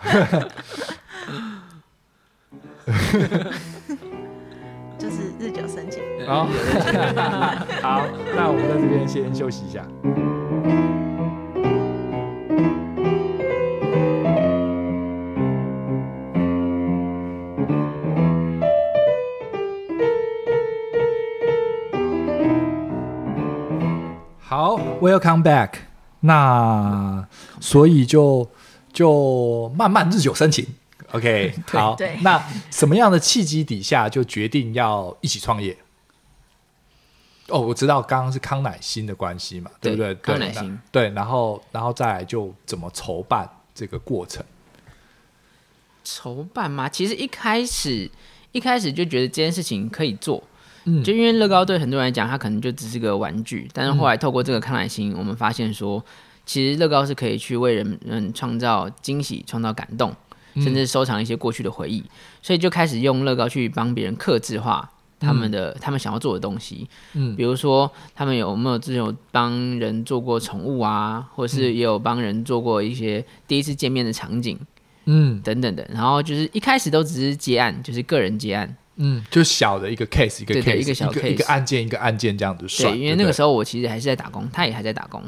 S3: 就是日久生情。
S1: 好， 好，那我们在这边先休息一下。好，Welcome back。那所以就就慢慢日久生情。OK，好
S3: 对，
S1: 那什么样的契机底下就决定要一起创业？哦，我知道刚刚是康乃馨的关系嘛，对不对？
S2: 对康乃馨
S1: 对那对，然后然后再来就怎么筹办这个过程？
S2: 筹办吗？其实一开始一开始就觉得这件事情可以做，
S1: 嗯
S2: 就因为乐高对很多人来讲，它可能就只是个玩具，但是后来透过这个康乃馨，我们发现说，其实乐高是可以去为人们创造惊喜、创造感动，
S1: 嗯
S2: 甚至收藏一些过去的回忆，所以就开始用乐高去帮别人刻制化。他们的、他们想要做的东西，
S1: 嗯
S2: 比如说他们有没有之前有帮人做过宠物啊，或是也有帮人做过一些第一次见面的场景，
S1: 嗯
S2: 等等的，然后就是一开始都只是接案，就是个人接案，
S1: 嗯，就小的一个 case 一个
S2: 对
S1: case
S2: 对一个小
S1: 一个
S2: case
S1: 一个案件一个案件这样子算，
S2: 对，因为那个时
S1: 候
S2: 候我其实还是在打工，他也还在打工，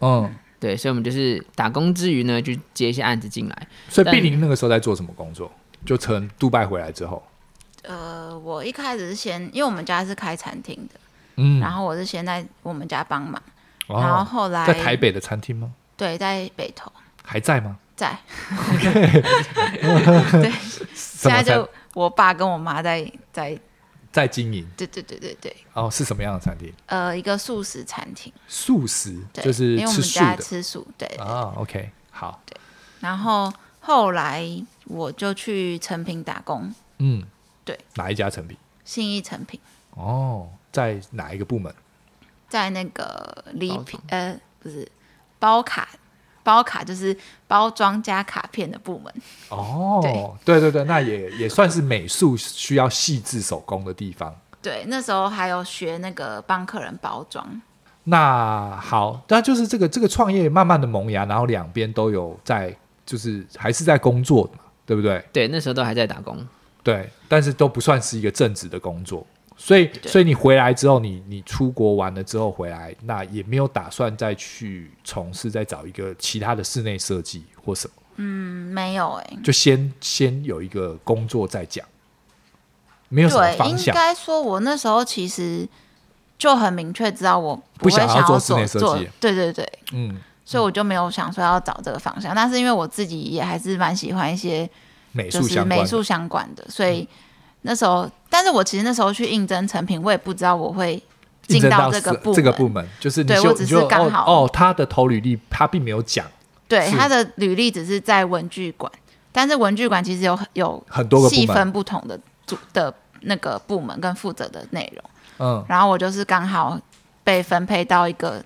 S1: 嗯，
S2: 对，所以我们就是打工之余呢，就接一些案子进来，
S1: 所以
S2: 但
S1: 碧玲那个时候在做什么工作？就从杜拜回来之后，
S3: 呃，我一开始是先，因为我们家是开餐厅的，
S1: 嗯，
S3: 然后我是先在我们家帮忙，
S1: 哦
S3: 然后后来
S1: 在台北的餐厅吗？
S3: 对，在北投，
S1: 还在吗？
S3: 在
S1: 什么
S3: 现在
S1: 餐
S3: 就我爸跟我妈在在，
S1: 在经营？
S3: 对对对对对，
S1: 哦，是什么样的餐厅？
S3: 呃，一个素食餐厅，
S1: 素食，
S3: 对，
S1: 就是
S3: 因为我
S1: 吃
S3: 们
S1: 素
S3: 家
S1: 的
S3: 吃素，对，
S1: 啊。OK，好，
S3: 然后后来我就去成品打工，
S1: 嗯，
S3: 对，
S1: 哪一家成品？
S3: 信义成品，
S1: 哦，在哪一个部门？
S3: 在那个礼
S2: 包
S3: 品，呃，不是包卡。包卡就是包装加卡片的部门，
S1: 哦，对对对，那也也算是美术需要细致手工的地方。
S3: 对，那时候还有学那个帮客人包装，
S1: 那好，那就是这个这个创业慢慢的萌芽，然后两边都有在，就是还是在工作嘛，对不对？
S2: 对，那时候都还在打工，
S1: 对，但是都不算是一个正职的工作。所以，
S3: 对
S1: 所以你回来之后，你你出国完了之后回来，那也没有打算再去从事，再找一个其他的室内设计或什么。
S3: 嗯，没有哎、
S1: 就先先有一个工作再讲，没有什么
S3: 对，
S1: 方
S3: 应
S1: 向。
S3: 该说，我那时候其实就很明确知道我
S1: 不
S3: 会
S1: 想要
S3: 要
S1: 做
S3: 做
S1: 室内设
S3: 做
S1: 计
S3: 对对对，
S1: 嗯，
S3: 所以我就没有想说要找这个方向。但是因为我自己也还是蛮喜欢一些
S1: 美
S3: 就
S1: 术
S3: 是
S1: 相关
S3: 美
S1: 的嗯
S3: 术相关的，所以那时候，但是我其实那时候去应征成品，我也不知道我会
S1: 应
S3: 进
S1: 征
S3: 这个
S1: 是
S3: 部
S1: 这个
S3: 门。
S1: 部门，就是你
S3: 对
S1: 就
S3: 我只
S1: 你
S3: 是
S1: 就
S3: 刚
S1: 哦
S3: 好
S1: 哦，他的投履历他并没有讲
S3: 对，
S1: 是
S3: 他的履历只是在文具馆，但是文具馆其实有有
S1: 很多个部
S3: 细
S1: 门，
S3: 分不同的组的那个部门跟负责的内容。
S1: 嗯
S3: 然后我就是刚好被分配到一个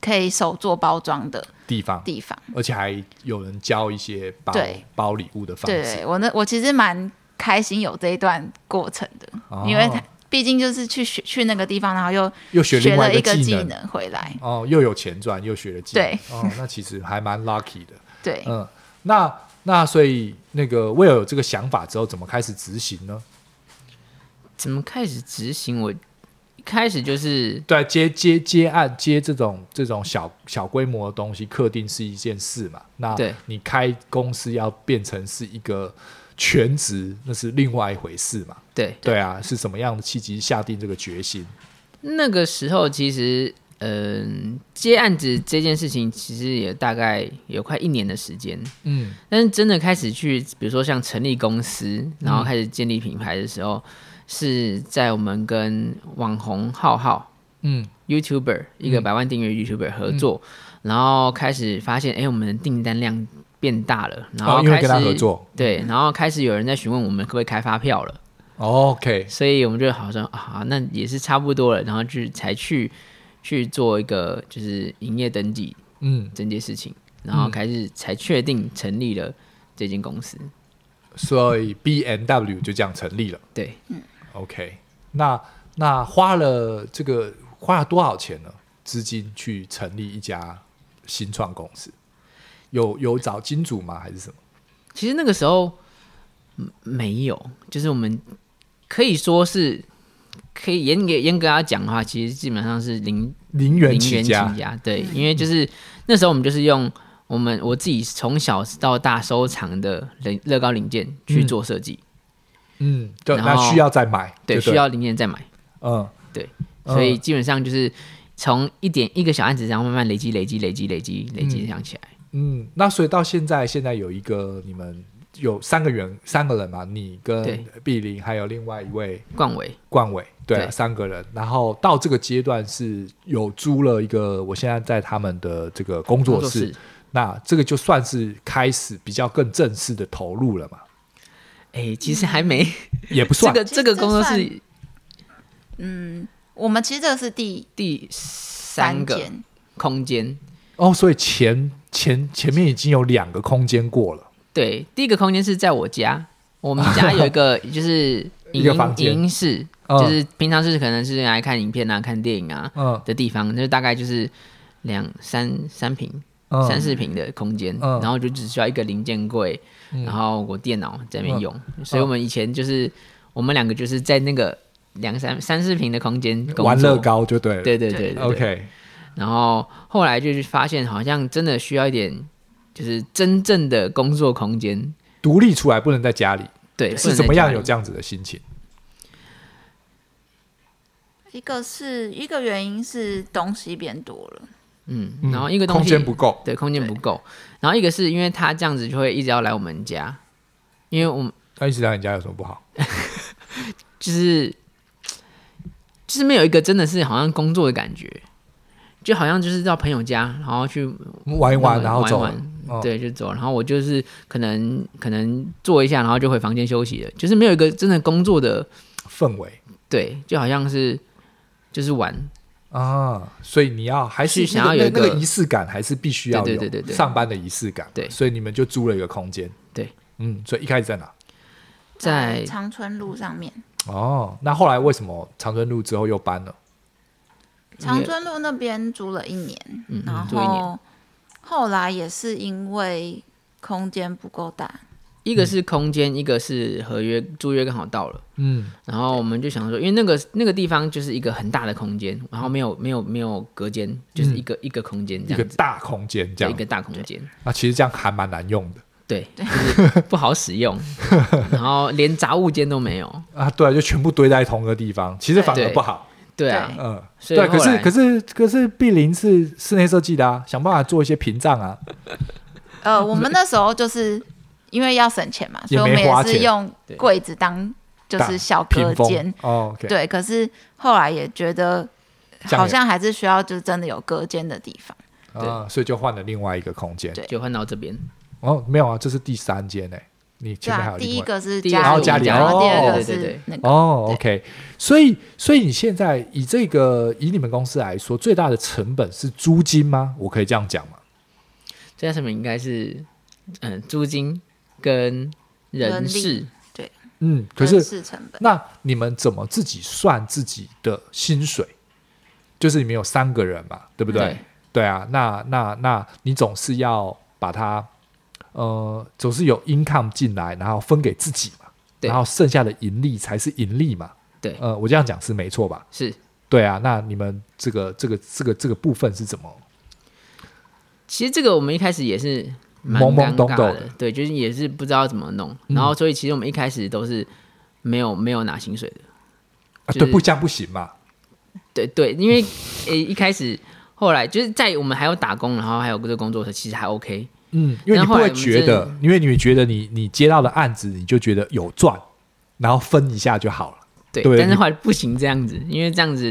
S3: 可以手做包装的
S1: 地方，
S3: 地方。
S1: 而且还有人教一些包
S3: 对
S1: 包礼物的方式，
S3: 对我那我其实蛮开心有这一段过程的，
S1: 哦
S3: 因为他毕竟就是去学去那个地方，然后又
S1: 又学另
S3: 学
S1: 外
S3: 了一个
S1: 技
S3: 技能回来。
S1: 哦，又有钱赚，又学了技能
S3: 对，
S1: 哦，那其实还蛮 lucky 的，
S3: 对，
S1: 嗯，那那所以那个威尔有这个想法之后，怎么开始执行呢？
S2: 怎么开始执行？我一开始就是
S1: 对，接接接案接这种这种小小规模的东西，客定是一件事嘛。那
S2: 对
S1: 你开公司要变成是一个全职，那是另外一回事嘛。
S2: 对
S1: 对啊，是什么样的契机下定这个决心？
S2: 那个时候，其实嗯、接案子这件事情其实也大概有快一年的时间，
S1: 嗯
S2: 但是真的开始去，比如说像成立公司，然后开始建立品牌的时候，是在我们跟网红浩浩
S1: 嗯嗯
S2: YouTuber 一个百万订阅 YouTuber 合作，然后开始发现，哎，我们的订单量变大了，然
S1: 哦因
S2: 后
S1: 为
S2: 开始、
S1: 跟他合作，
S2: 对，然后开始有人在询问我们可不可以开发票了，
S1: OK，
S2: 所以我们就好像啊，那也是差不多了，然后就才去去做一个就是营业登记
S1: 嗯，
S2: 这件事情，然后开始才确定成立了这间公司。
S1: 所以 B N W 就这样成立了。
S2: 对，
S1: OK，那那花了这个花了多少钱呢？资金去成立一家新创公司，有有找金主吗？还是什么？
S2: 其实那个时候嗯没有，就是我们可以说是可以严格严格来讲的话，其实基本上是零
S1: 零
S2: 零
S1: 元
S2: 元
S1: 起
S2: 起
S1: 家，
S2: 家，对，因为就是那时候我们就是用我们我自己从小到大收藏的乐乐高零件去做设计，
S1: 嗯，对，
S2: 然
S1: 那
S2: 后
S1: 需要再买，
S2: 对，
S1: 就
S2: 需
S1: 了，
S2: 要零件再买，
S1: 嗯，嗯
S2: 所以基本上就是从一点一个小案子，然后慢慢累积累积累积累积累积这样起来。
S1: 嗯，那所以到现在，现在有一个你们有三个人，三个人嘛，你跟
S2: 对
S1: 碧玲还有另外一位
S2: 冠伟，
S1: 冠伟，对啊，
S2: 对
S1: 三个人。然后到这个阶段是有租了一个，我现在在他们的这个工作
S2: 工作
S1: 室
S2: 室，
S1: 那这个就算是开始比较更正式的投入了嘛，
S2: 哎，其实还没
S1: 也不嗯
S2: 这
S1: 算，
S2: 个
S3: 其实
S2: 这个
S3: 这
S2: 工作室
S3: 算嗯，我们其实这个是第
S2: 第三个
S3: 间，
S2: 空间，
S1: 哦，所以前前前面已经有两个空间过了，
S2: 对，第一个空间是在我家，我们家有 一个就是
S1: 一
S2: 影
S1: 个
S2: 音
S1: 房间
S2: 影音室，
S1: 嗯
S2: 就是平常是可能是来看影片啊、看电影啊
S1: 嗯
S2: 的地方，就是大概就是两三三平、
S1: 嗯，
S2: 三四平的空间，
S1: 嗯
S2: 然后就只需要一个零件柜，
S1: 嗯
S2: 然后我电脑在那边用，所以我们以前就是我们两个就是在那个两三三四平的空间工作
S1: 玩乐，高就对了，
S2: 对对对对对
S1: o k
S2: 然后后来就是发现好像真的需要一点就是真正的工作空间。
S1: 独立出来不能在家里，
S2: 对，不
S1: 是
S2: 能
S1: 怎
S2: 在
S1: 么
S2: 家
S1: 样
S2: 里
S1: 有这样子的心情？
S3: 一个是一个原因是东西变多了，
S2: 嗯
S1: 嗯，
S2: 然后一个东
S1: 空
S2: 西
S1: 间不够，
S2: 对，空间不够。然后一个是因为他这样子就会一直要来我们家，因为我们
S1: 那一直来你家有什么不好？
S2: 就是就是没有一个真的是好像工作的感觉，就好像就是到朋友家，然后去
S1: 玩一玩，
S2: 玩
S1: 然后走了
S2: 玩一，
S1: 嗯，
S2: 对就走。然后我就是可能可能坐一下，然后就回房间休息了，就是没有一个真的工作的，
S1: 氛围
S2: 对，就好像是就是玩，
S1: 啊，所以你要还是
S2: 是想要有
S1: 那
S2: 一
S1: 个
S2: 个
S1: 那个仪式感，还是必须要有
S2: 对对对对对
S1: 上班的仪式感，
S2: 对
S1: 所以你们就租了一个空间，
S2: 对，
S1: 嗯，所以一开始在哪？
S2: 在
S3: 长春路上面。
S1: 哦，那后来为什么长春路之后又搬了？
S3: 长春路那边住了一年，
S2: 嗯
S3: 然
S2: 住一年
S3: 后后来也是因为空间不够大，
S2: 一个是空间，一个是合约租约刚好到了。
S1: 嗯，
S2: 然后我们就想说，因为那个那个地方就是一个很大的空间，然后没有没有没有隔间，就是一个、一个空间
S1: 嗯一
S2: 这
S1: 个
S2: 样子，
S1: 大空间这
S2: 对一
S1: 样
S2: 个，大空间，
S1: 那其实这样还蛮难用的
S2: 对，就是不好使 用，然后连杂物间都没有，
S1: 啊，对啊，就全部堆在同一个地方，其实反而
S2: 对
S1: 不好，
S2: 对啊，
S3: 对
S1: 嗯，
S2: 所以
S1: 对啊，可
S2: 后
S1: 是
S2: 来
S1: 可是可是碧林是室内设计的啊，想办法做一些屏障啊，
S3: 呃，我们那时候就是因为要省钱嘛，所
S1: 也
S3: 以我
S1: 没
S3: 们
S1: 花
S3: 也
S1: 钱
S3: 是用
S2: 对
S3: 柜子当就
S1: 大
S3: 是小隔
S1: 屏
S3: 间
S1: 风，哦，OK，
S3: 对。可是后来也觉得
S1: 这样也
S3: 好像还是需要就是真的有隔间的地方，
S1: 啊，所以就换了另外一个空间，
S3: 对
S2: 就换到这边，
S1: 哦，没有啊，这是第三间诶，你
S3: 对
S1: 前面还
S3: 啊
S1: 有。
S3: 第
S1: 另
S3: 一
S1: 外。
S3: 个是
S2: 第一个
S3: 家
S1: 是家里
S3: 里，然后第二
S1: 哦
S3: 个
S2: 对对
S3: 是
S2: 对
S3: 那个
S1: 哦
S3: 对
S1: ，OK，所以所以你现在以这个以你们公司来说，最大的成本是租金吗？我可以这样讲吗？
S2: 这家上面应该是嗯租金跟人
S3: 人
S2: 事，
S1: 嗯，可
S3: 人
S1: 是
S3: 事成本。
S1: 那你们怎么自己算自己的薪水？就是你们有三个人嘛，对不对？
S2: 对
S1: 对啊，那那那你总是要把它呃，总是有 income 进来，然后分给自己嘛，
S2: 对
S1: 然后剩下的盈利才是盈利嘛。
S2: 对
S1: 呃，我这样讲是没错吧？
S2: 是
S1: 对啊，那你们这个这个这个这个部分是怎么？
S2: 其实这个我们一开始也是蛮
S1: 懵懵
S2: 尴
S1: 懂
S2: 尬
S1: 懂
S2: 的
S1: 的，嗯
S2: 对，就是也是不知道怎么弄，然后所以其实我们一开始都是没有没有拿薪水的。
S1: 啊，
S2: 就
S1: 对，
S2: 是
S1: 不加不行嘛。
S2: 对对，因为呃一开始后来就是在我们还有打工，然后还有这个工作的时候，其实还 OK。
S1: 嗯，因为你
S2: 然
S1: 不
S2: 后后来
S1: 会
S2: 我们
S1: 觉
S2: 真
S1: 得
S2: 的，
S1: 因为你觉得你你接到的案子，你就觉得有赚，然后分一下就好了，
S2: 对，
S1: 对
S2: 但是
S1: 你
S2: 后来不行这样子，因为这样子，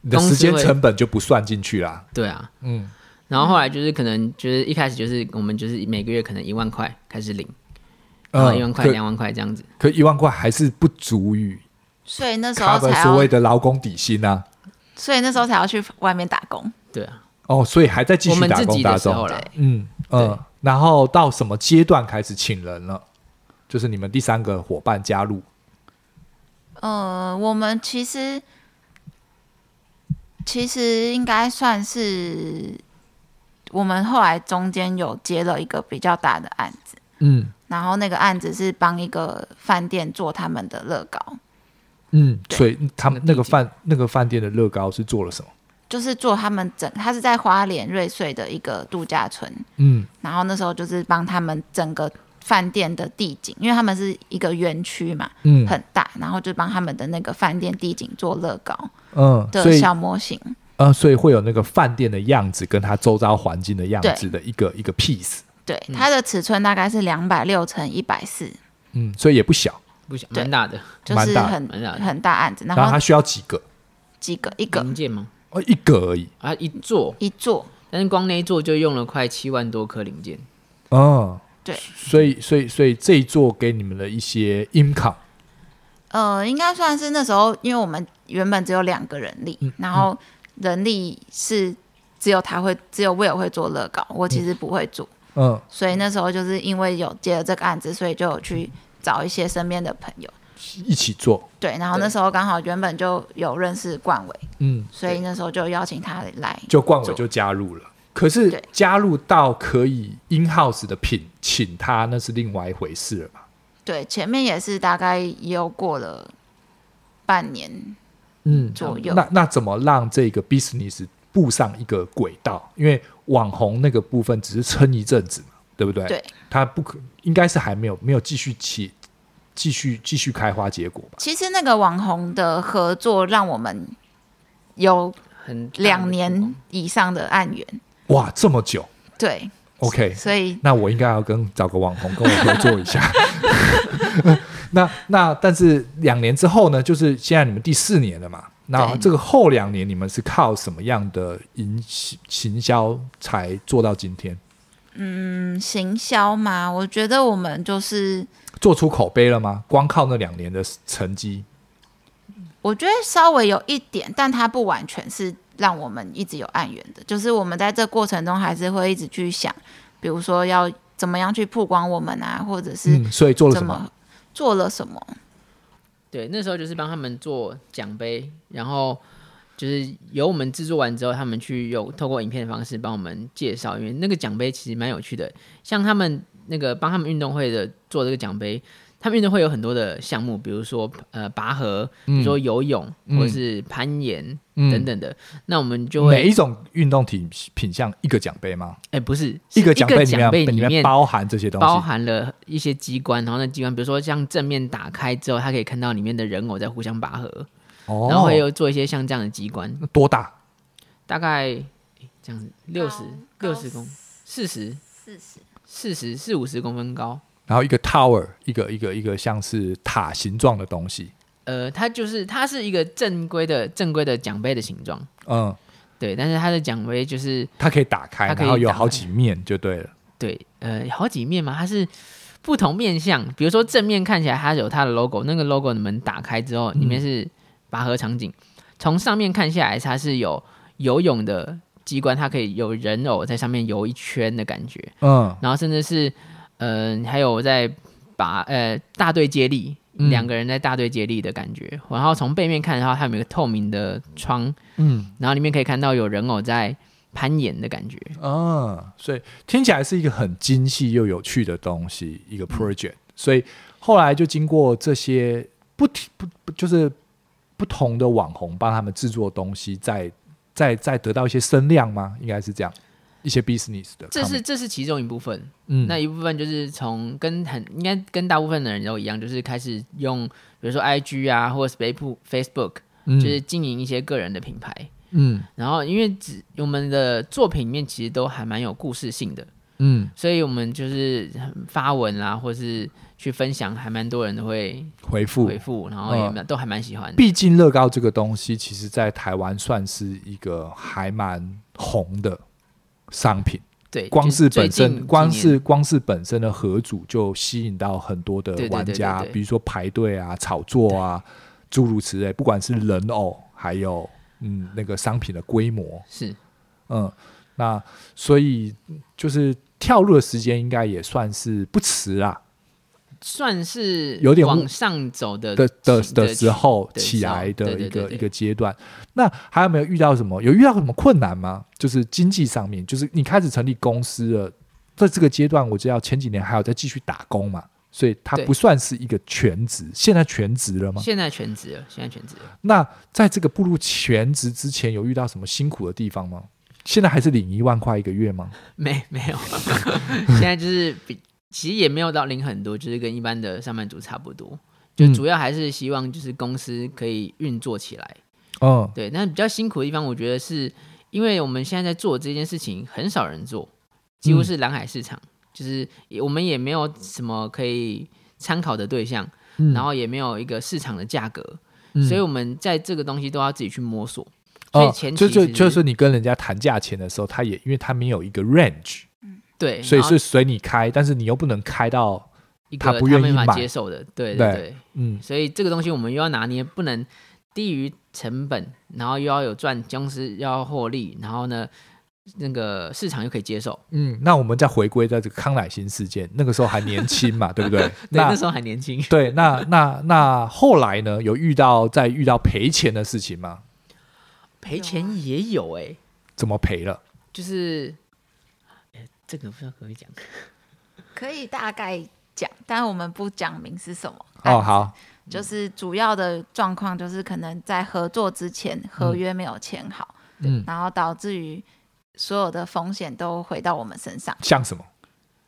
S1: 你的
S2: 公
S1: 时
S2: 司
S1: 间
S2: 会
S1: 成本就不算进去啦。
S2: 对啊，
S1: 嗯，
S2: 然后后来就是可能就是一开始就是我们就是每个月可能一万块开始领，然后
S1: 嗯，
S2: 哦一万块
S1: 可
S2: 两万块这样子。
S1: 可一万块还是不足以
S3: 所以那时候
S1: cover
S3: 才
S1: 所谓
S3: 要，
S1: 的劳工底薪啊。
S3: 所以那时候才要去外面打工。
S2: 对啊，
S1: 哦，所以还在继
S2: 我
S1: 续
S2: 们
S1: 打
S2: 自
S1: 工
S2: 己
S1: 打
S2: 的时候
S1: 工。
S2: 啦，
S1: 嗯嗯，然后到什么阶段开始请人了？就是你们第三个伙伴加入，
S3: 呃，我们其实其实应该算是我们后来中间有接了一个比较大的案子，
S1: 嗯
S3: 然后那个案子是帮一个饭店做他们的乐高，
S1: 嗯，
S3: 对
S1: 所以他们那
S2: 那个
S1: 个
S2: 地
S1: 饭那个饭店的乐高是做了什么？
S3: 就是做他们整，他是在花莲瑞穗的一个度假村，
S1: 嗯
S3: 然后那时候就是帮他们整个饭店的地景，因为他们是一个园区嘛，
S1: 嗯
S3: 很大，然后就帮他们的那个饭店地景做乐高
S1: 嗯，所
S3: 的
S1: 以
S3: 小模型。
S1: 呃，所以会有那个饭店的样子跟它周遭环境的样
S3: 对
S1: 子的一个一个 piece，
S3: 对，它的尺寸大概是两百六乘一百四，
S1: 嗯，所以也不小。
S2: 不想
S3: 对
S2: 蛮大的
S3: 就
S1: 蛮
S3: 是
S1: 大的
S3: 很
S2: 蛮大的
S3: 很大案子，然
S1: 然后
S3: 后
S1: 它需要几个？
S3: 几个一个
S2: 零件吗？
S1: 哦，一个而已。
S2: 啊，一座，
S3: 一座，
S2: 但是光那一座就用了快七万多颗零件。
S1: 嗯，
S3: 对
S1: 所以所以所以这一座给你们的一些 income，
S3: 呃，应该算是那时候，因为我们原本只有两个人力，
S2: 嗯
S3: 然后人力是只有他会，只有 Will 会做乐高，我其实不会做，
S1: 嗯，
S3: 所以那时候就是因为有接了这个案子，所以就有去找一些身边的朋友，
S1: 一起做，
S3: 对，然后那
S2: 对
S3: 时候刚好原本就有认识冠伟，
S1: 嗯，
S3: 所以那时候就邀请他来，
S1: 就冠伟就加入了。可是
S3: 对
S1: 加入到可以 in house 的品请他，那是另外一回事了吧？
S3: 对，前面也是大概也有过了半年
S1: 嗯
S3: 左右。
S1: 那那怎么让这个 business 步上一个轨道？因为网红那个部分只是撑一阵子嘛，对不对？
S3: 对，
S1: 他不可应该是还没有没有继续起，继续继续开花结果吧？
S3: 其实那个网红的合作让我们有
S2: 很大的
S3: 两
S2: 曝光
S3: 年以上的案源，
S1: 哇，这么久
S3: 对，
S1: ，OK，
S3: 所以
S1: 那我应该要跟找个网红跟我合作一下。 那那但是两年之后呢，就是现在你们第四年了嘛。那
S3: 对
S1: 这个后两年你们是靠什么样的营行行销才做到今天？
S3: 嗯，行销嘛，我觉得我们就是，
S1: 做出口碑了吗？光靠那两年的成绩，
S3: 我觉得稍微有一点，但它不完全是让我们一直有案源的，就是我们在这过程中还是会一直去想，比如说要怎么样去曝光我们啊，或者是
S1: 嗯，所以做了
S3: 怎
S1: 什
S3: 么、
S1: 么？
S3: 做了什么，
S2: 对，那时候就是帮他们做奖杯，然后就是由我们制作完之后，他们去有透过影片的方式帮我们介绍，因为那个奖杯其实蛮有趣的，像他们那个帮他们运动会的做这个奖杯。他们运动会有很多的项目，比如说呃拔河，比如说游泳，
S1: 嗯
S2: 或者是攀岩、
S1: 嗯
S2: 等等的。那我们就
S1: 每
S2: 会
S1: 一种运动体品项一个奖杯吗？
S2: 哎、不是是
S1: 一个
S2: 奖
S1: 奖杯里面
S2: 奖杯里
S1: 里面
S2: 面
S1: 包含这些东
S2: 包
S1: 西。
S2: 含了一些机关，然后那机关比如说像正面打开之后，它可以看到里面的人偶在互相拔河，
S1: 哦，
S2: 然后会有做一些像这样的机关。
S1: 那多大？
S2: 大概诶这样子六十
S3: 高
S2: 六
S3: 高
S2: 十公四十
S3: 哦四十，
S2: 四十四五十公分高。
S1: 然后一个 tower，一个一个一个像是塔形状的东西。
S2: 呃，它就是它是一个正规的正规的奖杯的形状，
S1: 嗯，
S2: 对，但是它的奖杯就是
S1: 它可以打开，
S2: 它可以
S1: 然后有
S2: 打开
S1: 好几面就对了。
S2: 对呃好几面嘛，它是不同面向，比如说正面看起来它有它的 logo，那个 logo 你们打开之后，里面是拔河场景，从上面看下来它是有游泳的机关，它可以有人偶在上面游一圈的感觉，
S1: 嗯
S2: 然后甚至是嗯、呃还有在把呃大队接力，
S1: 嗯
S2: 两个人在大队接力的感觉。然后从背面看的话，它有一个透明的窗，
S1: 嗯
S2: 然后里面可以看到有人偶在攀岩的感觉。
S1: 嗯，所以听起来是一个很精细又有趣的东西，一
S2: 嗯
S1: 个 project。所以后来就经过这些不停不不就是不同的网红帮他们制作东西，再再再得到一些声量吗？应该是这样，一些 business 的 comment。
S2: 这是这是其中一部分，
S1: 嗯
S2: 那一部分就是从跟很应该跟大部分的人都一样，就是开始用比如说 IG 啊，或者是 Facebook Facebook，
S1: 嗯
S2: 就是经营一些个人的品牌。
S1: 嗯
S2: 然后因为只我们的作品里面其实都还蛮有故事性的，
S1: 嗯
S2: 所以我们就是发文啦，或是去分享，还蛮多人都会
S1: 回复
S2: 回复，然后也蛮、都还蛮喜欢的。
S1: 哦毕竟乐高这个东西，其实在台湾算是一个还蛮红的商品，
S2: 对，
S1: 光
S2: 就是最
S1: 本
S2: 近
S1: 身
S2: 几
S1: 光
S2: 年
S1: 是光是本身的合组就吸引到很多的
S2: 对对对
S1: 玩家，
S2: 对对对
S1: 比如说排队啊、炒作啊，诸如此类，不管是人偶，还有嗯那个商品的规模，
S2: 是
S1: 嗯，那所以就是跳入的时间应该也算是不迟啦
S2: 算是
S1: 有点
S2: 往上走的
S1: 的的
S2: 起
S1: 的时候
S2: 对
S1: 起
S2: 时候
S1: 来
S2: 对
S1: 的
S2: 对
S1: 一
S2: 对
S1: 个
S2: 对
S1: 一个阶段。那还有没有遇到什么？有遇到什么困难吗？就是经济上面，就是你开始成立公司了，在这个阶段，我知道前几年还有在继续打工嘛，所以它
S2: 对
S1: 不算是一个全职。现在全职了吗？
S2: 现在全职了，现在全职了。
S1: 那在这个步入全职之前，有遇到什么辛苦的地方吗？现在还是领一万块一个月吗？
S2: 没没有， 现在就是比其实也没有到领很多，就是跟一般的上班族差不多。就
S1: 嗯
S2: 主要还是希望就是公司可以运作起来。
S1: 嗯，
S2: 对，那比较辛苦的地方，我觉得是因为我们现在在做这件事情，很少人做，几乎
S1: 嗯
S2: 是蓝海市场，就是也我们也没有什么可以参考的对象，
S1: 嗯
S2: 然后也没有一个市场的价格，
S1: 嗯
S2: 所以我们在这个东西都要自己去摸索。所以
S1: 哦，
S2: 前
S1: 就
S2: 提
S1: 就
S2: 其实
S1: 就是你跟人家谈价钱的时候，他也因为他没有一个 range，
S2: 对，
S1: 所以
S2: 然后
S1: 是随你开，但是你又不能开到
S2: 一个
S1: 他
S2: 他
S1: 不愿
S2: 没
S1: 意买
S2: 办法接受的，对
S1: 对
S2: 对。
S1: 嗯
S2: 所以这个东西我们又要拿捏，不能低于成本，然后又要有赚，公司又要获利，然后呢，那个市场又可以接受。
S1: 嗯。那我们再回归到这个康乃馨事件，那个时候还年轻嘛，对不对？
S2: 对，
S1: 那
S2: 那时候还年轻，
S1: 对，那那那后来呢？有遇到再遇到赔钱的事情吗？
S2: 赔钱也有哎、
S1: 怎么赔了？
S2: 就是。哎这个不知道可不可以讲，
S3: 可以大概讲，但我们不讲明是什么。
S1: 哦，，好，
S3: 就是主要的状况就是可能在合作之前合约没有签好，
S1: 嗯，
S3: 然后导致于所有的风险都回到我们身上。
S1: 像什么？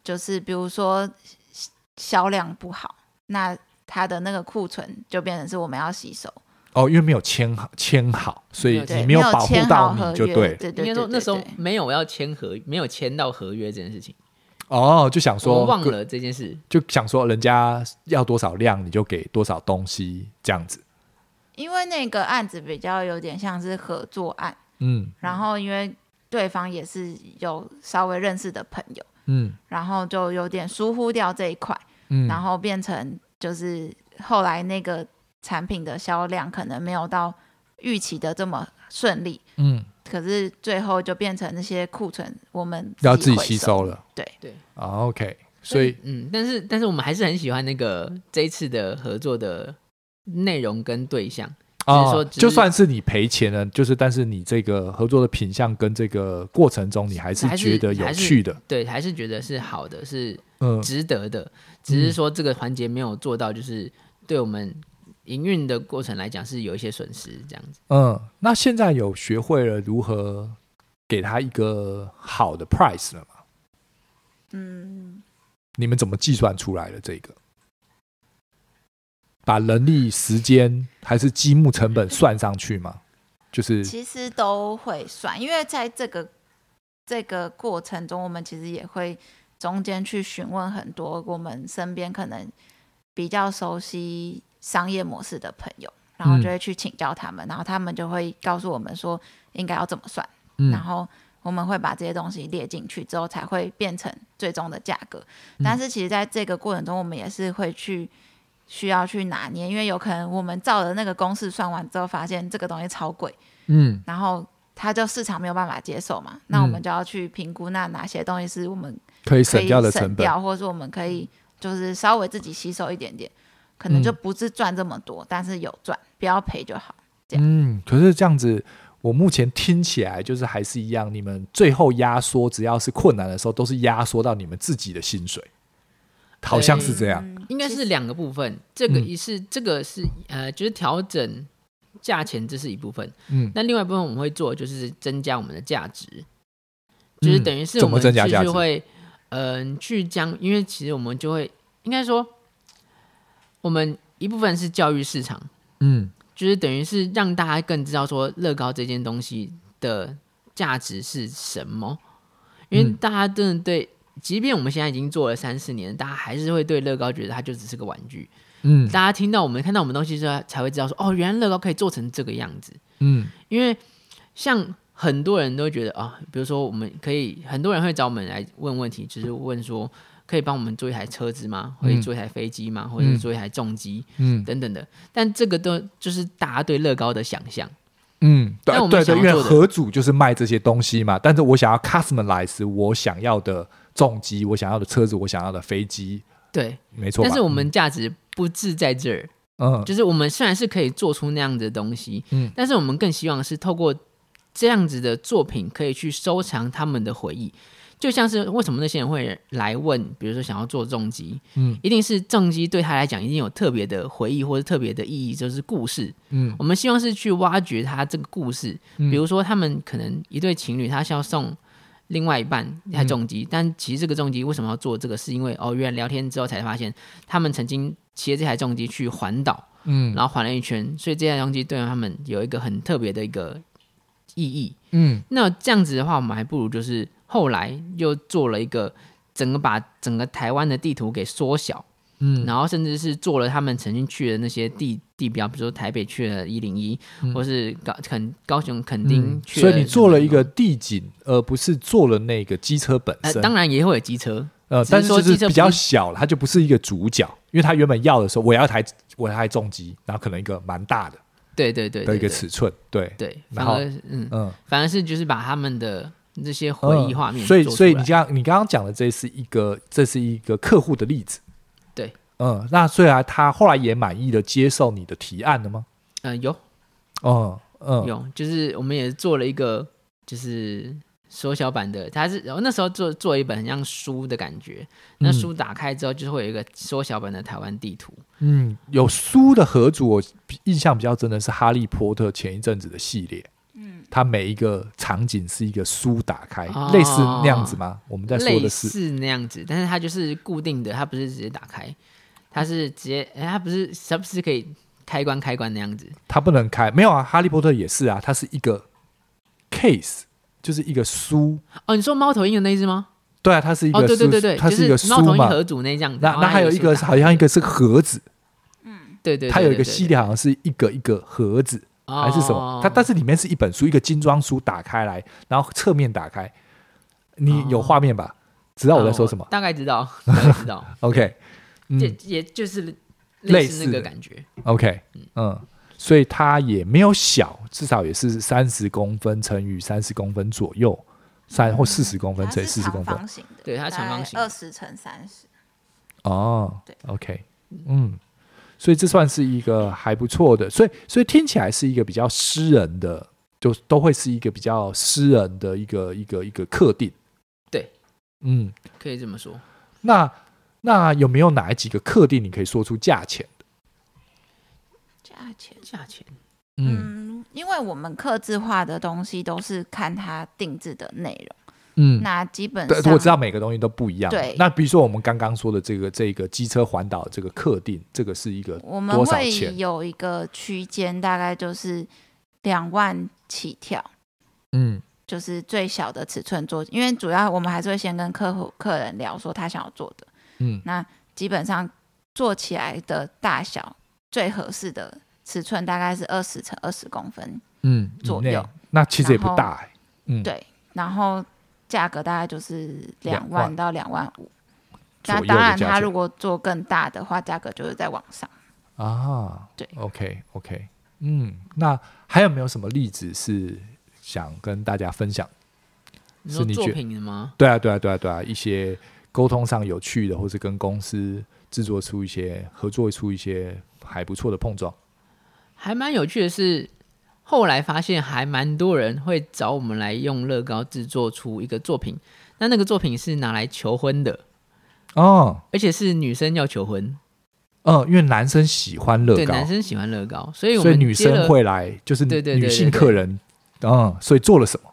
S3: 就是比如说销量不好，那它的那个库存就变成是我们要吸收，
S1: 哦，因为没有签好签好，所以
S2: 没有
S1: 你
S3: 对，
S1: 没
S3: 有
S1: 保护
S3: 签好
S1: 到
S3: 合
S1: 你
S3: 约，
S1: 就
S3: 对
S1: 对
S3: 对
S2: 应该
S3: 呃对
S2: 说
S3: 对
S2: 那时候
S3: 对
S2: 没有要签合，没有签到合约这件事情，
S1: 哦，就想
S2: 我
S1: 说
S2: 们忘了这件事。
S1: 就想说人家要多少量你就给多少东西这样子，
S3: 因为那个案子比较有点像是合作案，
S1: 嗯
S3: 然后因为对方也是有稍微认识的朋友，
S1: 嗯
S3: 然后就有点疏忽掉这一块，
S1: 嗯，
S3: 然后变成就是后来那个产品的销量可能没有到预期的这么顺利，
S1: 嗯
S3: 可是最后就变成那些库存我们
S1: 要自己
S3: 回
S1: 吸收了，
S3: 对
S2: 对
S1: 啊，OK，所以
S2: 嗯，但是但是我们还是很喜欢那个这一次的合作的内容跟对象，只是说
S1: 哦
S2: 只是
S1: 就算是你赔钱了，就是但是你这个合作的品相跟这个过程中，你还是
S2: 还是
S1: 觉得有趣的，
S2: 对，还是觉得是好的，是
S1: 嗯
S2: 值得的。只是说这个环节没有做到，就是对我们营运的过程来讲是有一些损失，这样子。
S1: 嗯。那现在有学会了如何给他一个好的 price 了吗？
S3: 嗯，
S1: 你们怎么计算出来的这个？把人力、时间还是积木成本算上去吗？就是
S3: 其实都会算，因为在这个这个过程中，我们其实也会中间去询问很多我们身边可能比较熟悉商业模式的朋友，然后就会去请教他们，然后他们就会告诉我们说应该要怎么算，
S1: 嗯
S3: 然后我们会把这些东西列进去之后，才会变成最终的价格。
S1: 嗯
S3: 但是其实在这个过程中，我们也是会去需要去拿捏，因为有可能我们照的那个公式算完之后，发现这个东西超贵，
S1: 嗯
S3: 然后它就市场没有办法接受嘛，那我们就要去评估那哪些东西是我们
S1: 可以嗯
S3: 可
S1: 省
S3: 以
S1: 掉的
S3: 省
S1: 成本，
S3: 掉，或者是我们可以就是稍微自己吸收一点点，可
S1: 嗯
S3: 能就不是赚这么多，但是有赚，不要赔就好。这样
S1: 嗯，可是这样子，我目前听起来就是还是一样，你们最后压缩，只要是困难的时候，都是压缩到你们自己的薪水，好像是这样。
S3: 嗯
S2: 应该
S3: 其
S2: 是
S3: 实
S2: 两个部分，这个
S1: 嗯
S2: 一是、这个是呃，就是调整价钱，这是一部分。
S1: 嗯
S2: 那另外一部分我们会做，就是增加我们的价值，就是
S1: 嗯
S2: 等于是
S1: 怎
S2: 我
S1: 么
S2: 们
S1: 增加价
S2: 就是
S1: 值
S2: 会，嗯、去将，因为其实我们就会应该说，我们一部分是教育市场，
S1: 嗯
S2: 就是等于是让大家更知道说乐高这件东西的价值是什么，因为
S1: 嗯
S2: 大家真的对，即便我们现在已经做了三四年，大家还是会对乐高觉得它就只是个玩具。
S1: 嗯
S2: 大家听到我们看到我们东西之后，才会知道说，哦，原来乐高可以做成这个样子。
S1: 嗯
S2: 因为像很多人都觉得啊，比如说我们可以，很多人会找我们来问问题，就是问说可以帮我们做一台车子吗？或者
S1: 嗯
S2: 做一台飞机吗？或者是做一台重机、
S1: 嗯
S2: 等等的。但这个都就是大家对乐高的想象，
S1: 嗯，对
S2: 那我们
S1: 对
S2: 想
S1: 对，
S2: 要
S1: 因为
S2: 做的
S1: 合组就是卖这些东西嘛，但是我想要 customize 我想要的重机，我想要的车子，我想要的飞机，
S2: 对。
S1: 没错吧。
S2: 但是我们价值不置在这儿，
S1: 嗯
S2: 就是我们虽然是可以做出那样的东西，
S1: 嗯
S2: 但是我们更希望是透过这样子的作品，可以去收藏他们的回忆。就像是为什么那些人会来问，比如说想要做重击，
S1: 嗯，
S2: 一定是重击对他来讲一定有特别的回忆或者特别的意义，就是故事。
S1: 嗯
S2: 我们希望是去挖掘他这个故事，
S1: 嗯
S2: 比如说他们可能一对情侣，他是要送另外一半一台重
S1: 嗯
S2: 机，但其实这个重机为什么要做这个，是因为哦，原来聊天之后才发现他们曾经骑着这台重机去环岛，
S1: 嗯
S2: 然后环了一圈，所以这台重机对他们有一个很特别的一个意义。
S1: 嗯
S2: 那这样子的话，我们还不如就是后来又做了一个整个把整个台湾的地图给缩小，
S1: 嗯
S2: 然后甚至是做了他们曾经去的那些地地标，比如说台北去了一零一，或是高肯高雄垦丁
S1: 嗯，
S2: 去了、
S1: 所以你做了一个，地景，而不是做了那个机车本
S2: 呃，
S1: 身。
S2: 当然也会有机车，
S1: 呃，
S2: 只是
S1: 但是
S2: 说
S1: 就是
S2: 机车
S1: 比
S2: 不
S1: 较
S2: 是
S1: 小了，它就不是一个主角，因为它原本要的时候，我要一台我要一台重机，然后可能一个蛮大的
S2: 对对对
S1: 的
S2: 对
S1: 一个
S2: 对
S1: 尺寸，对，
S2: 对，
S1: 然
S2: 反
S1: 后
S2: 而嗯，
S1: 嗯，
S2: 反而是就是把他们的这些回忆画
S1: 嗯
S2: 面做
S1: 所
S2: 出
S1: 以，
S2: 来、
S1: 所以你刚你刚刚讲的这是一个这是一个客户的例子，
S2: 对，
S1: 嗯，那虽然他后来也满意的接受你的提案了吗？
S2: 呃有
S1: 嗯嗯
S2: 有，就是我们也做了一个，就是缩小版的，它是然后那时候做做一本很像书的感觉，那
S1: 嗯
S2: 书打开之后就是会有一个缩小版的台湾地图，
S1: 嗯，有书的合组，我印象比较真的是《哈利波特》前一阵子的系列。嗯，它每一个场景是一个书打开，
S2: 哦
S1: 类似那样子吗？我们在说
S2: 类
S1: 的是，
S2: 似那样子，但是它就是固定的，它不是直接打开，它是直接，哎，它不是它不是可以开关开关那样子，
S1: 它不能开，没有啊，《哈利波特》也是啊，它是一个 case，就是一个书，
S2: 哦，你说猫头鹰的那一只吗？
S1: 对啊，它是一
S2: 哦，
S1: 个
S2: 对
S1: 书，
S2: 对对对，
S1: 它是一
S2: 就
S1: 个
S2: 是
S1: 书
S2: 猫头鹰
S1: 嘛，
S2: 合组那一样子，
S1: 那
S2: 然后
S1: 那
S2: 它
S1: 还有
S2: 个
S1: 一
S2: 书
S1: 个
S2: 打
S1: 好像一个是盒子，
S2: 对对，对
S1: 它有一个
S2: 对哦
S1: 系列好像是一个一个盒子还是什么，它但是里面是一本书，一个精装书打开来，然后侧面打开，你有画面
S2: 哦
S1: 吧？知道我在说什么
S2: 大概知道，大概知道，
S1: ？OK，
S2: 也
S1: 嗯
S2: 也就是
S1: 类
S2: 类
S1: 似
S2: 似那个
S1: 的
S2: 感觉，
S1: ，OK，嗯，所以它也没有小，至少也是三十公分乘以三十公分左右，三或四十公分
S3: 它
S1: 乘以啊四
S3: 是
S1: 十
S3: 长
S1: 公分
S3: 方形的，
S2: 对它长方形
S3: 二十乘三十，
S1: 哦
S3: 对
S1: ，OK，嗯，所以这算是一个还不错的，所以所以听起来是一个比较私人的，就都会是一个比较私人的一个一个一个客定。
S2: 对，
S1: 嗯，
S2: 可以这么说。
S1: 那那有没有哪几个客定你可以说出价钱？
S3: 价钱。
S2: 价钱
S1: 嗯
S3: 嗯，因为我们刻字化的东西都是看它定制的内容，
S1: 嗯，
S3: 那基本
S1: 对，
S3: 上
S1: 我知道每个东西都不一样。
S3: 对
S1: 那比如说我们刚刚说的这个这个机车环岛这个客定，这个是一个
S3: 我们
S1: 多少
S3: 会
S1: 钱
S3: 有一个区间，大概就是两万起跳，
S1: 嗯
S3: 就是最小的尺寸做，因为主要我们还是会先跟客户客人聊说他想要做的，
S1: 嗯
S3: 那基本上做起来的大小最合适的尺寸大概是二十乘二十公分，
S1: 嗯以
S3: 左
S1: 内
S3: 右
S1: 那其实也不
S3: 然后
S1: 大、欸，嗯
S3: 对，然后价格大概就是两
S1: 两万
S3: 万到两万五。
S1: 左
S3: 那
S1: 右的
S3: 当然，
S1: 价
S3: 它
S1: 钱
S3: 如果做更大的话，价格就会在往上。
S1: 啊，
S3: 对
S1: ，OK OK，嗯，那还有没有什么例子是想跟大家分享？
S2: 你
S1: 是
S2: 说
S1: 你
S2: 作
S1: 觉
S2: 品的吗？
S1: 对啊，对啊，对啊，对啊，一些沟通上有趣的，或是跟公司制作出一些合作出一些还不错的碰撞。
S2: 还蛮有趣的是，后来发现还蛮多人会找我们来用乐高制作出一个作品，那那个作品是拿来求婚的，
S1: 哦，
S2: 而且是女生要求婚，
S1: 嗯，因为男生喜欢乐
S2: 对，
S1: 高
S2: 男，生喜欢乐高，所以我
S1: 所以
S2: 们
S1: 女
S2: 接了
S1: 生会来，就是
S2: 对对对
S1: 女
S2: 对
S1: 性
S2: 对
S1: 客人，嗯，所以做了什么？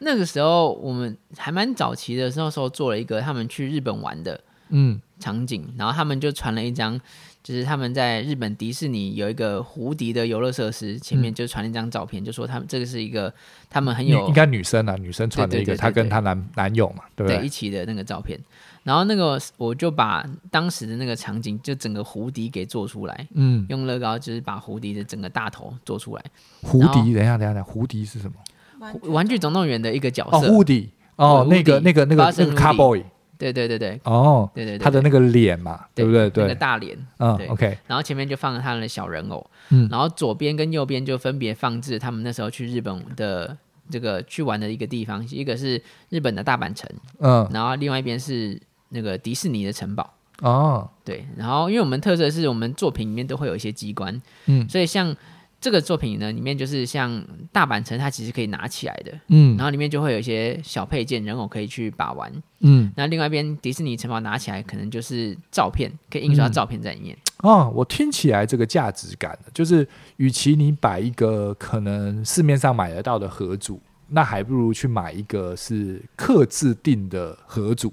S2: 那个时候我们还蛮早期的时候，时候做了一个他们去日本玩的
S1: 嗯
S2: 场景，然后他们就传了一张，就是他们在日本迪士尼有一个胡迪的游乐设施，前面就传了一张照片，就说他们这个是一个他们很
S1: 女
S2: 有
S1: 应该女生啊，女生传了
S2: 对
S1: 一个
S2: 对对
S1: 她跟
S2: 对
S1: 她男男友嘛，对不
S2: 一
S1: 对？
S2: 起的那个照片。然后那个我就把当时的那个场景，就整个胡迪给做出来，
S1: 嗯，
S2: 用乐高就是把胡迪的整个大头做出来。
S1: 胡
S2: 然后
S1: 迪，等一下，等一下，等一下，胡迪是什么？
S2: 《玩具总动员》的一个角
S1: 哦
S2: 色，
S1: ，Woody，哦，
S2: 对
S1: 那个
S2: Woody，
S1: 那个那个那
S2: Buzz
S1: 个
S2: and
S1: Cowboy，
S2: 对对对对
S1: 哦，
S2: 对对对，
S1: 他的那个脸嘛，对不对？
S2: 那个
S1: 对，
S2: 大脸，
S1: 嗯
S2: 对
S1: ，OK，
S2: 然后前面就放了他们的小人偶，
S1: 嗯
S2: 然后左边跟右边就分别放置他们那时候去日本的这个去玩的一个地方，一个是日本的大阪城，
S1: 嗯，
S2: 然后另外一边是那个迪士尼的城堡。
S1: 哦，
S2: 对，然后因为我们特色是我们作品里面都会有一些机关，
S1: 嗯
S2: 所以像这个作品呢，里面就是像大阪城，它其实可以拿起来的，
S1: 嗯
S2: 然后里面就会有一些小配件人偶可以去把玩。
S1: 嗯，
S2: 那另外一边迪士尼城堡拿起来，可能就是照片，可以印刷
S1: 嗯
S2: 照片在里面。
S1: 哦，我听起来这个价值感，就是与其你摆一个可能市面上买得到的盒组，那还不如去买一个是刻制定的盒组。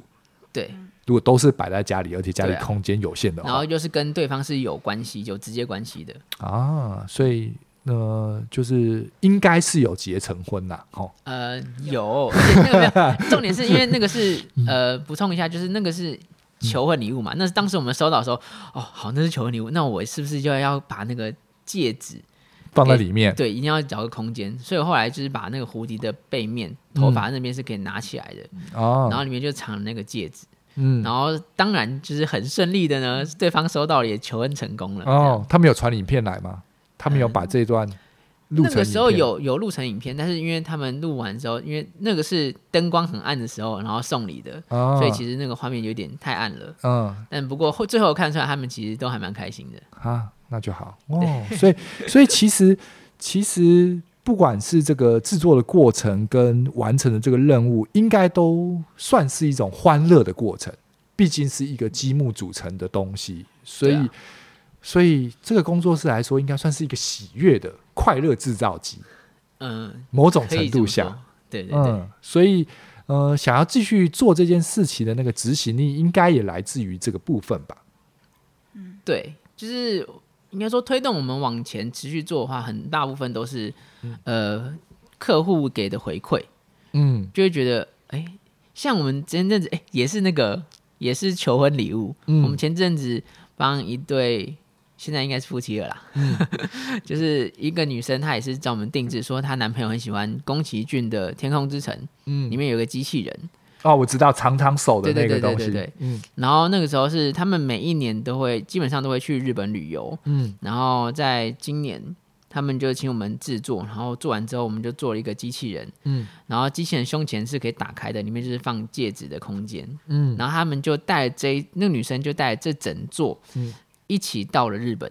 S2: 对，
S1: 如果都是摆在家里，而且家里
S2: 对啊
S1: 空间有限的
S2: 然后
S1: 话，
S2: 就是跟对方是有关系、有直接关系的。
S1: 啊，所以呃，就是应该是有结成婚啦，哦，
S2: 呃，有，而且那个没有， 重点是因为那个是
S1: 嗯
S2: 呃，补充一下，就是那个是求婚礼物嘛。那是当时我们收到的时候，哦，好，那是求婚礼物，那我是不是就要把那个戒指？
S1: 放在里面，
S2: 对，一定要找个空间。所以我后来就是把那个蝴蝶的背面、头发那边是可以拿起来的，然
S1: 哦，
S2: 后里面就藏了那个戒指。
S1: 嗯，
S2: 然后当然就是很顺利的呢，对方收到了也求婚成功了。
S1: 哦，他们有传影片来吗？他们有把这段录
S2: 那
S1: 成
S2: 个时候
S1: 影片
S2: 有有录成影片，但是因为他们录完之后，因为那个是灯光很暗的时候，然后送礼的，
S1: 哦，
S2: 所以其实那个画面有点太暗了。
S1: 嗯，
S2: 但不过后最后看出来，他们其实都还蛮开心的。
S1: 啊，那就好 哦。所以，所以其实其实不管是这个制作的过程跟完成的这个任务，应该都算是一种欢乐的过程，毕竟是一个积木组成的东西，所以、
S2: 对啊
S1: 所以这个工作室来说，应该算是一个喜悦的快乐制造机，
S2: 嗯，
S1: 某种
S2: 可
S1: 程
S2: 以这
S1: 度
S2: 么
S1: 下
S2: 说，。对对对，
S1: 嗯，所以。呃，想要继续做这件事情的那个执行力，应该也来自于这个部分吧？
S2: 对，就是应该说推动我们往前持续做的话，很大部分都是、呃客户给的回馈，
S1: 嗯
S2: 就会觉得哎、像我们前阵子哎、也是那个也是求婚礼物，
S1: 嗯
S2: 我们前阵子帮一对。现在应该是夫妻了啦，
S1: 嗯
S2: 就是一个女生，她也是找我们定制，说她男朋友很喜欢宫崎骏的《天空之城》，
S1: 嗯
S2: 里面有个机器人，
S1: 哦，我知道长长手的那
S2: 对
S1: 个
S2: 对对
S1: 东西，
S2: 对对对
S1: 嗯
S2: 然后那个时候是他们每一年都会，基本上都会去日本旅游。
S1: 嗯
S2: 然后在今年，他们就请我们制作，然后做完之后，我们就做了一个机器人。
S1: 嗯
S2: 然后机器人胸前是可以打开的，里面就是放戒指的空间。
S1: 嗯
S2: 然后他们就带这一那个女生就带这整座，
S1: 嗯
S2: 一起到了日本，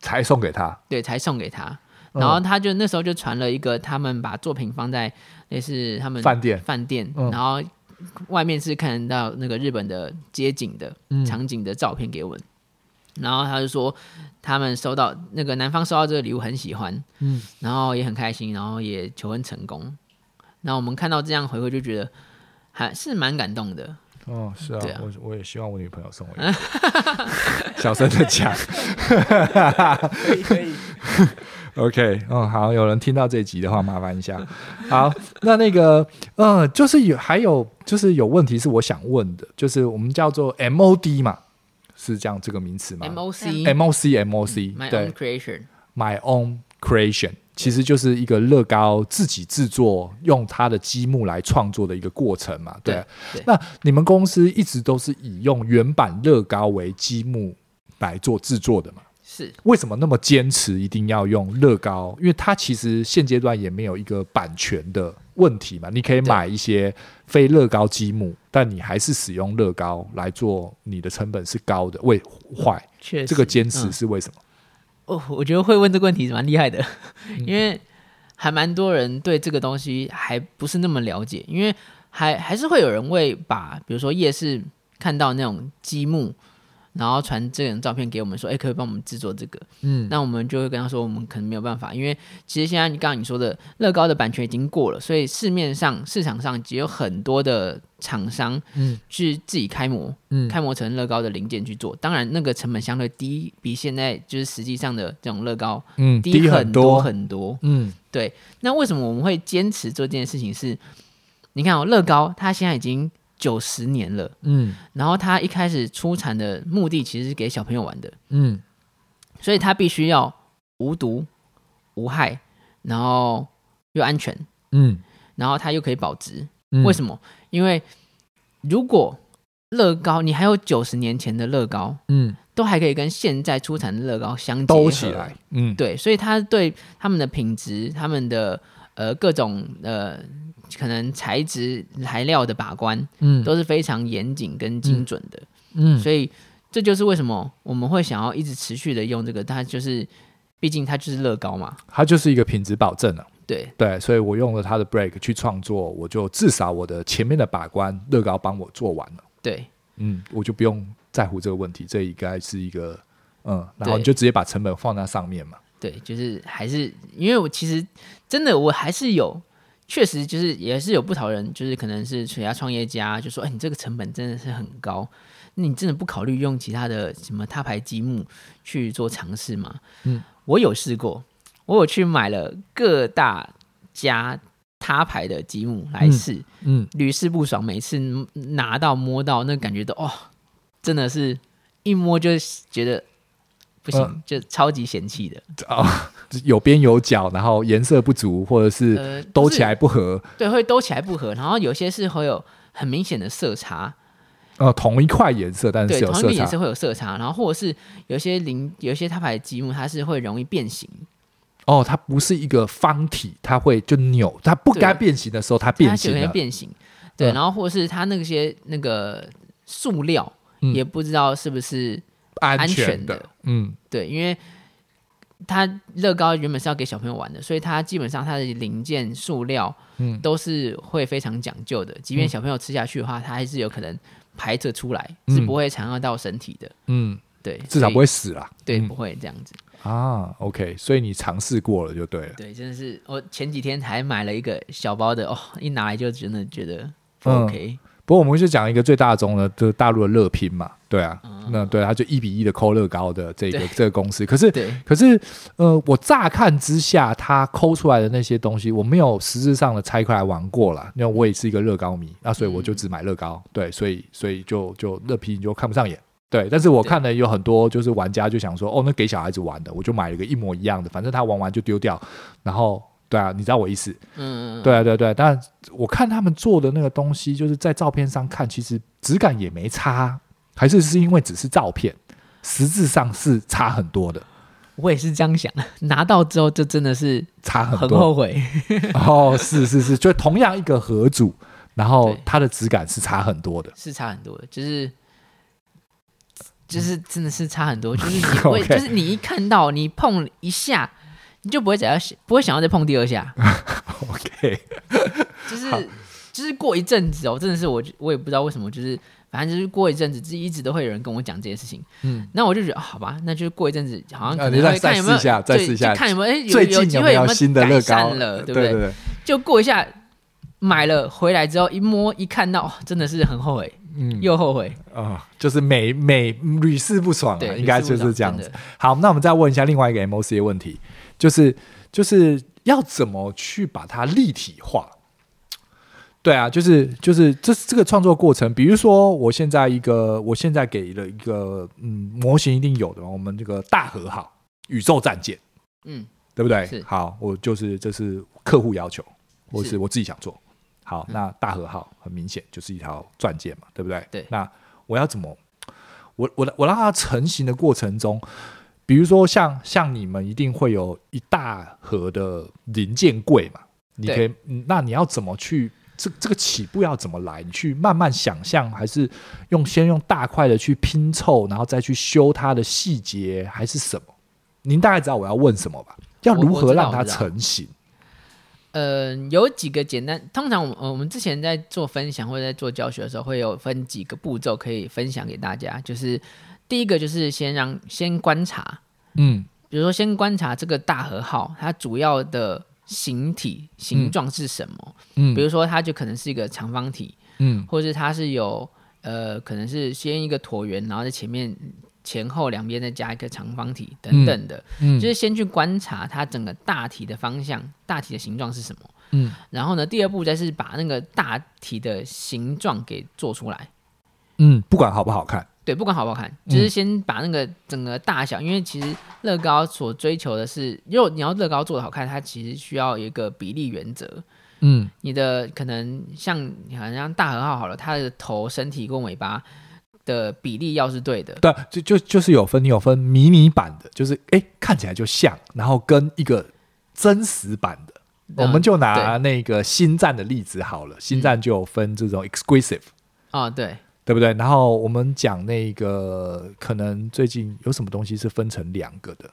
S1: 才送给他。
S2: 对，才送给她。
S1: 嗯
S2: 然后他就那时候就传了一个，他们把作品放在类似他们
S1: 饭店
S2: 饭店，
S1: 嗯
S2: 然后外面是看得到那个日本的街景的，
S1: 嗯
S2: 场景的照片给我们，然后他就说他们收到那个男方收到这个礼物很喜欢，
S1: 嗯，
S2: 然后也很开心，然后也求婚成功。那我们看到这样回馈就觉得还是蛮感动的，
S1: 哦，是啊
S2: 对啊
S1: 我我也希望我女朋友送我一个。 小声的讲。OK，嗯，好，有人听到这集的话，麻烦 一下。好，那那个，呃，就是有还有就是有问题是我想问的，就是我们叫做 MOD 嘛，是这样这个名词吗
S2: M O 嗯 C
S1: ？MOC MOC，
S2: My
S1: 对
S2: Own Creation，
S1: My Own Creation，其实就是一个乐高自己制作，用它的积木来创作的一个过程嘛。对啊，
S2: 对对
S1: 那你们公司一直都是以用原版乐高为积木来做制作的嘛？
S2: 是
S1: 为什么那么坚持一定要用乐高？因为它其实现阶段也没有一个版权的问题嘛，你可以
S2: 对
S1: 买一些非乐高积木，但你还是使用乐高来做，你的成本是高的。为坏
S2: 确实
S1: 这个坚持
S2: 嗯
S1: 是为什么？
S2: 哦，我觉得会问这个问题是蛮厉害的，因为还蛮多人对这个东西还不是那么了解，因为还还是会有人会把，比如说夜市看到那种积木，然后传这种照片给我们说，哎，可不可以帮我们制作这个，
S1: 嗯
S2: 那我们就会跟他说，我们可能没有办法，因为其实现在你刚刚你说的乐高的版权已经过了，所以市面上市场上只有很多的厂商
S1: 嗯
S2: 去自己开模，
S1: 嗯
S2: 开模成乐高的零件去做，当然那个成本相对低，比现在就是实际上的这种乐高
S1: 嗯，
S2: 低很
S1: 很多
S2: 很多。
S1: 嗯
S2: 对，那为什么我们会坚持做这件事情是？你看哦，乐高它现在已经九十年了，
S1: 嗯
S2: 然后它一开始出产的目的其实是给小朋友玩的，
S1: 嗯
S2: 所以它必须要无毒、无害，然后又安全。
S1: 嗯
S2: 然后它又可以保值。
S1: 嗯
S2: 为什么？因为如果乐高你还有九十年前的乐高，
S1: 嗯，
S2: 都还可以跟现在出产的乐高相结
S1: 兜
S2: 合
S1: 起来，嗯，
S2: 对，所以它对他们的品质、他们的呃各种呃可能材质、材料的把关
S1: 嗯
S2: 都是非常严谨跟精准的，
S1: 嗯
S2: 所以这就是为什么我们会想要一直持续的用这个，它就是毕竟它就是乐高嘛，
S1: 它就是一个品质保证了、
S2: 对
S1: 对，所以我用了它的 break 去创作，我就至少我的前面的把关乐高帮我做完了，
S2: 对
S1: 嗯，我就不用在乎这个问题，这应该是一个嗯，然后
S2: 对
S1: 你就直接把成本放在上面嘛，
S2: 对，就是还是因为我其实真的我还是有。确实，就是也是有不少人，就是可能是其他创业家，就说：“哎、你这个成本真的是很高，那你真的不考虑用其他的什么他牌积木去做尝试吗？”
S1: 嗯，
S2: 我有试过，我有去买了各大家他牌的积木来
S1: 嗯
S2: 试，
S1: 嗯
S2: 屡试不爽，每次拿到摸到那感觉都哦，真的是一摸就觉得不行，
S1: 嗯
S2: 就超级嫌弃的。
S1: 啊、有边有角，然后颜色不足，或者是
S2: 呃，
S1: 兜
S2: 不是
S1: 起来不合，
S2: 对，会兜起来不合，然后有些是会有很明显的色差，
S1: 呃，同一块颜色，但是
S2: 对，
S1: 是有
S2: 同一
S1: 色
S2: 个颜
S1: 差，
S2: 色会有色差，然后或者是有些零，有些它牌的积木它是会容易变形，
S1: 哦，它不是一个方体，它会就扭，它不该
S2: 对
S1: 变形的时候它
S2: 它
S1: 变
S2: 是
S1: 形
S2: 有些
S1: 了，
S2: 变形，对，
S1: 嗯
S2: 然后或者是它那些那个塑料、
S1: 嗯
S2: 也不知道是不是
S1: 安
S2: 安
S1: 全
S2: 全
S1: 的
S2: 的，
S1: 嗯
S2: 对，因为它乐高原本是要给小朋友玩的，所以它基本上它的零件塑料
S1: 嗯
S2: 都是会非常讲究的。即便
S1: 嗯
S2: 小朋友吃下去的话，它还是有可能排着出来，
S1: 嗯
S2: 是不会残害到身体的。
S1: 嗯，
S2: 对，
S1: 至少不
S2: 会
S1: 会死啦，
S2: 对，
S1: 嗯
S2: 不会这样子。
S1: 啊，OK，所以你尝试过了就对了。
S2: 对，真的是我前几天还买了一个小包的哦，一拿来就真的觉得不
S1: 嗯
S2: OK。
S1: 不过我们就讲一个最大宗的，就是大陆的乐拼嘛，对啊，那对，它就一比一的抠乐高的这个
S2: 哦对
S1: 这个公司。可是
S2: 对
S1: 可是呃，我乍看之下，它抠出来的那些东西，我没有实质上的拆开来玩过啦，因为我也是一个乐高迷，
S2: 嗯
S1: 那所以我就只买乐高，对，所以所以就就乐拼就看不上眼。对，但是我看了有很多就是玩家就想说，哦，那给小孩子玩的，我就买了一个一模一样的，反正他玩完就丢掉，然后对啊，你知道我意思，
S2: 嗯，
S1: 对啊，对啊对啊，但我看他们做的那个东西，就是在照片上看，其实质感也没差，还是是因为只是照片，实质上是差很多的，
S2: 我也是这样想。拿到之后，这真的是
S1: 差很
S2: 很
S1: 多。
S2: 后悔。
S1: 哦，是是是，就同样一个合组，然后
S2: 对
S1: 它的质感是差很多的。
S2: 是差很多的，就是就是真的是差很多，就是你会
S1: OK
S2: 就是你一看到你碰一下，你就不会想要不会想要再碰第二下，
S1: OK，
S2: 就是
S1: 好
S2: 就是过一阵子哦，真的是我我也不知道为什么，就是反正就是过一阵子，就是一直都会有人跟我讲这件事情，
S1: 嗯，
S2: 那我就觉得、哦好吧，那就是过一阵子好像
S1: 啊
S2: 可
S1: 你
S2: 能
S1: 再
S2: 会看有没
S1: 再
S2: 有
S1: 试一下再
S2: 对
S1: 试一下
S2: 就看有没有哎有
S1: 最近
S2: 机
S1: 有
S2: 会
S1: 没
S2: 有没有
S1: 新的乐
S2: 改善
S1: 高
S2: 了，对不
S1: 对
S2: 对？
S1: 对，
S2: 就过一下买了回来之后一摸一看到，哦真的是很后悔，
S1: 嗯，
S2: 又后悔，
S1: 啊、就是每每屡试不爽、啊，
S2: 对，
S1: 应该
S2: 屡试
S1: 就
S2: 不
S1: 是
S2: 爽
S1: 这样
S2: 真
S1: 子
S2: 的。
S1: 好，那我们再问一下另外一个 MOC 的问题，就是就是要怎么去把它立体化？对啊，就是就是这这个创作过程，比如说我现在一个，我现在给了一个嗯模型一定有的嘛，我们这个大和号宇宙战舰，
S2: 嗯，
S1: 对不对
S2: 是？
S1: 好，我就是这是客户要求，或是嗯
S2: 是
S1: 我自己想做。好，那大和号很明显就是一条钻戒嘛，对不对？
S2: 对
S1: 那我要怎么？我我我让它成型的过程中，比如说像像你们一定会有一大盒的零件柜嘛，你可以，嗯那你要怎么去？这这个起步要怎么来？你去慢慢想象，还是用先用大块的去拼凑，然后再去修它的细节，还是什么？您大概知道我要问什么吧？要
S2: 我
S1: 如
S2: 我
S1: 何
S2: 知道
S1: 让它
S2: 我知道
S1: 成型？
S2: 呃，有几个简单，通常我们呃我们之前在做分享或者在做教学的时候，会有分几个步骤可以分享给大家。就是第一个就是先让先观察，
S1: 嗯
S2: 比如说先观察这个大和号它主要的形体形状是什么，
S1: 嗯
S2: 比如说它就可能是一个长方体，
S1: 嗯
S2: 或是它是有呃可能是先一个椭圆，然后在前面前后两边再加一个长方体等等的，
S1: 嗯
S2: 就是先去观察它整个大体的方向、大体的形状是什么。
S1: 嗯
S2: 然后呢，第二步再是把那个大体的形状给做出来。
S1: 嗯，不管好不好看，
S2: 对，不管好不好看，就是先把那个整个大小，因为其实乐高所追求的是，如果你要乐高做的好看，它其实需要有一个比例原则，
S1: 嗯，
S2: 你的可能像好像大和号好了，它的头、身体跟尾巴的比例要是对的，
S1: 对，就就就是有分，你有分迷你版的，就是哎、诶看起来就像，然后跟一个真实版的。我
S2: 嗯
S1: 们就拿
S2: 对嗯
S1: 那个星战的例子好了，星战就有分这种 exclusive，、
S2: 啊、对，
S1: 对不对？然后我们讲那个可能最近有什么东西是分成两个的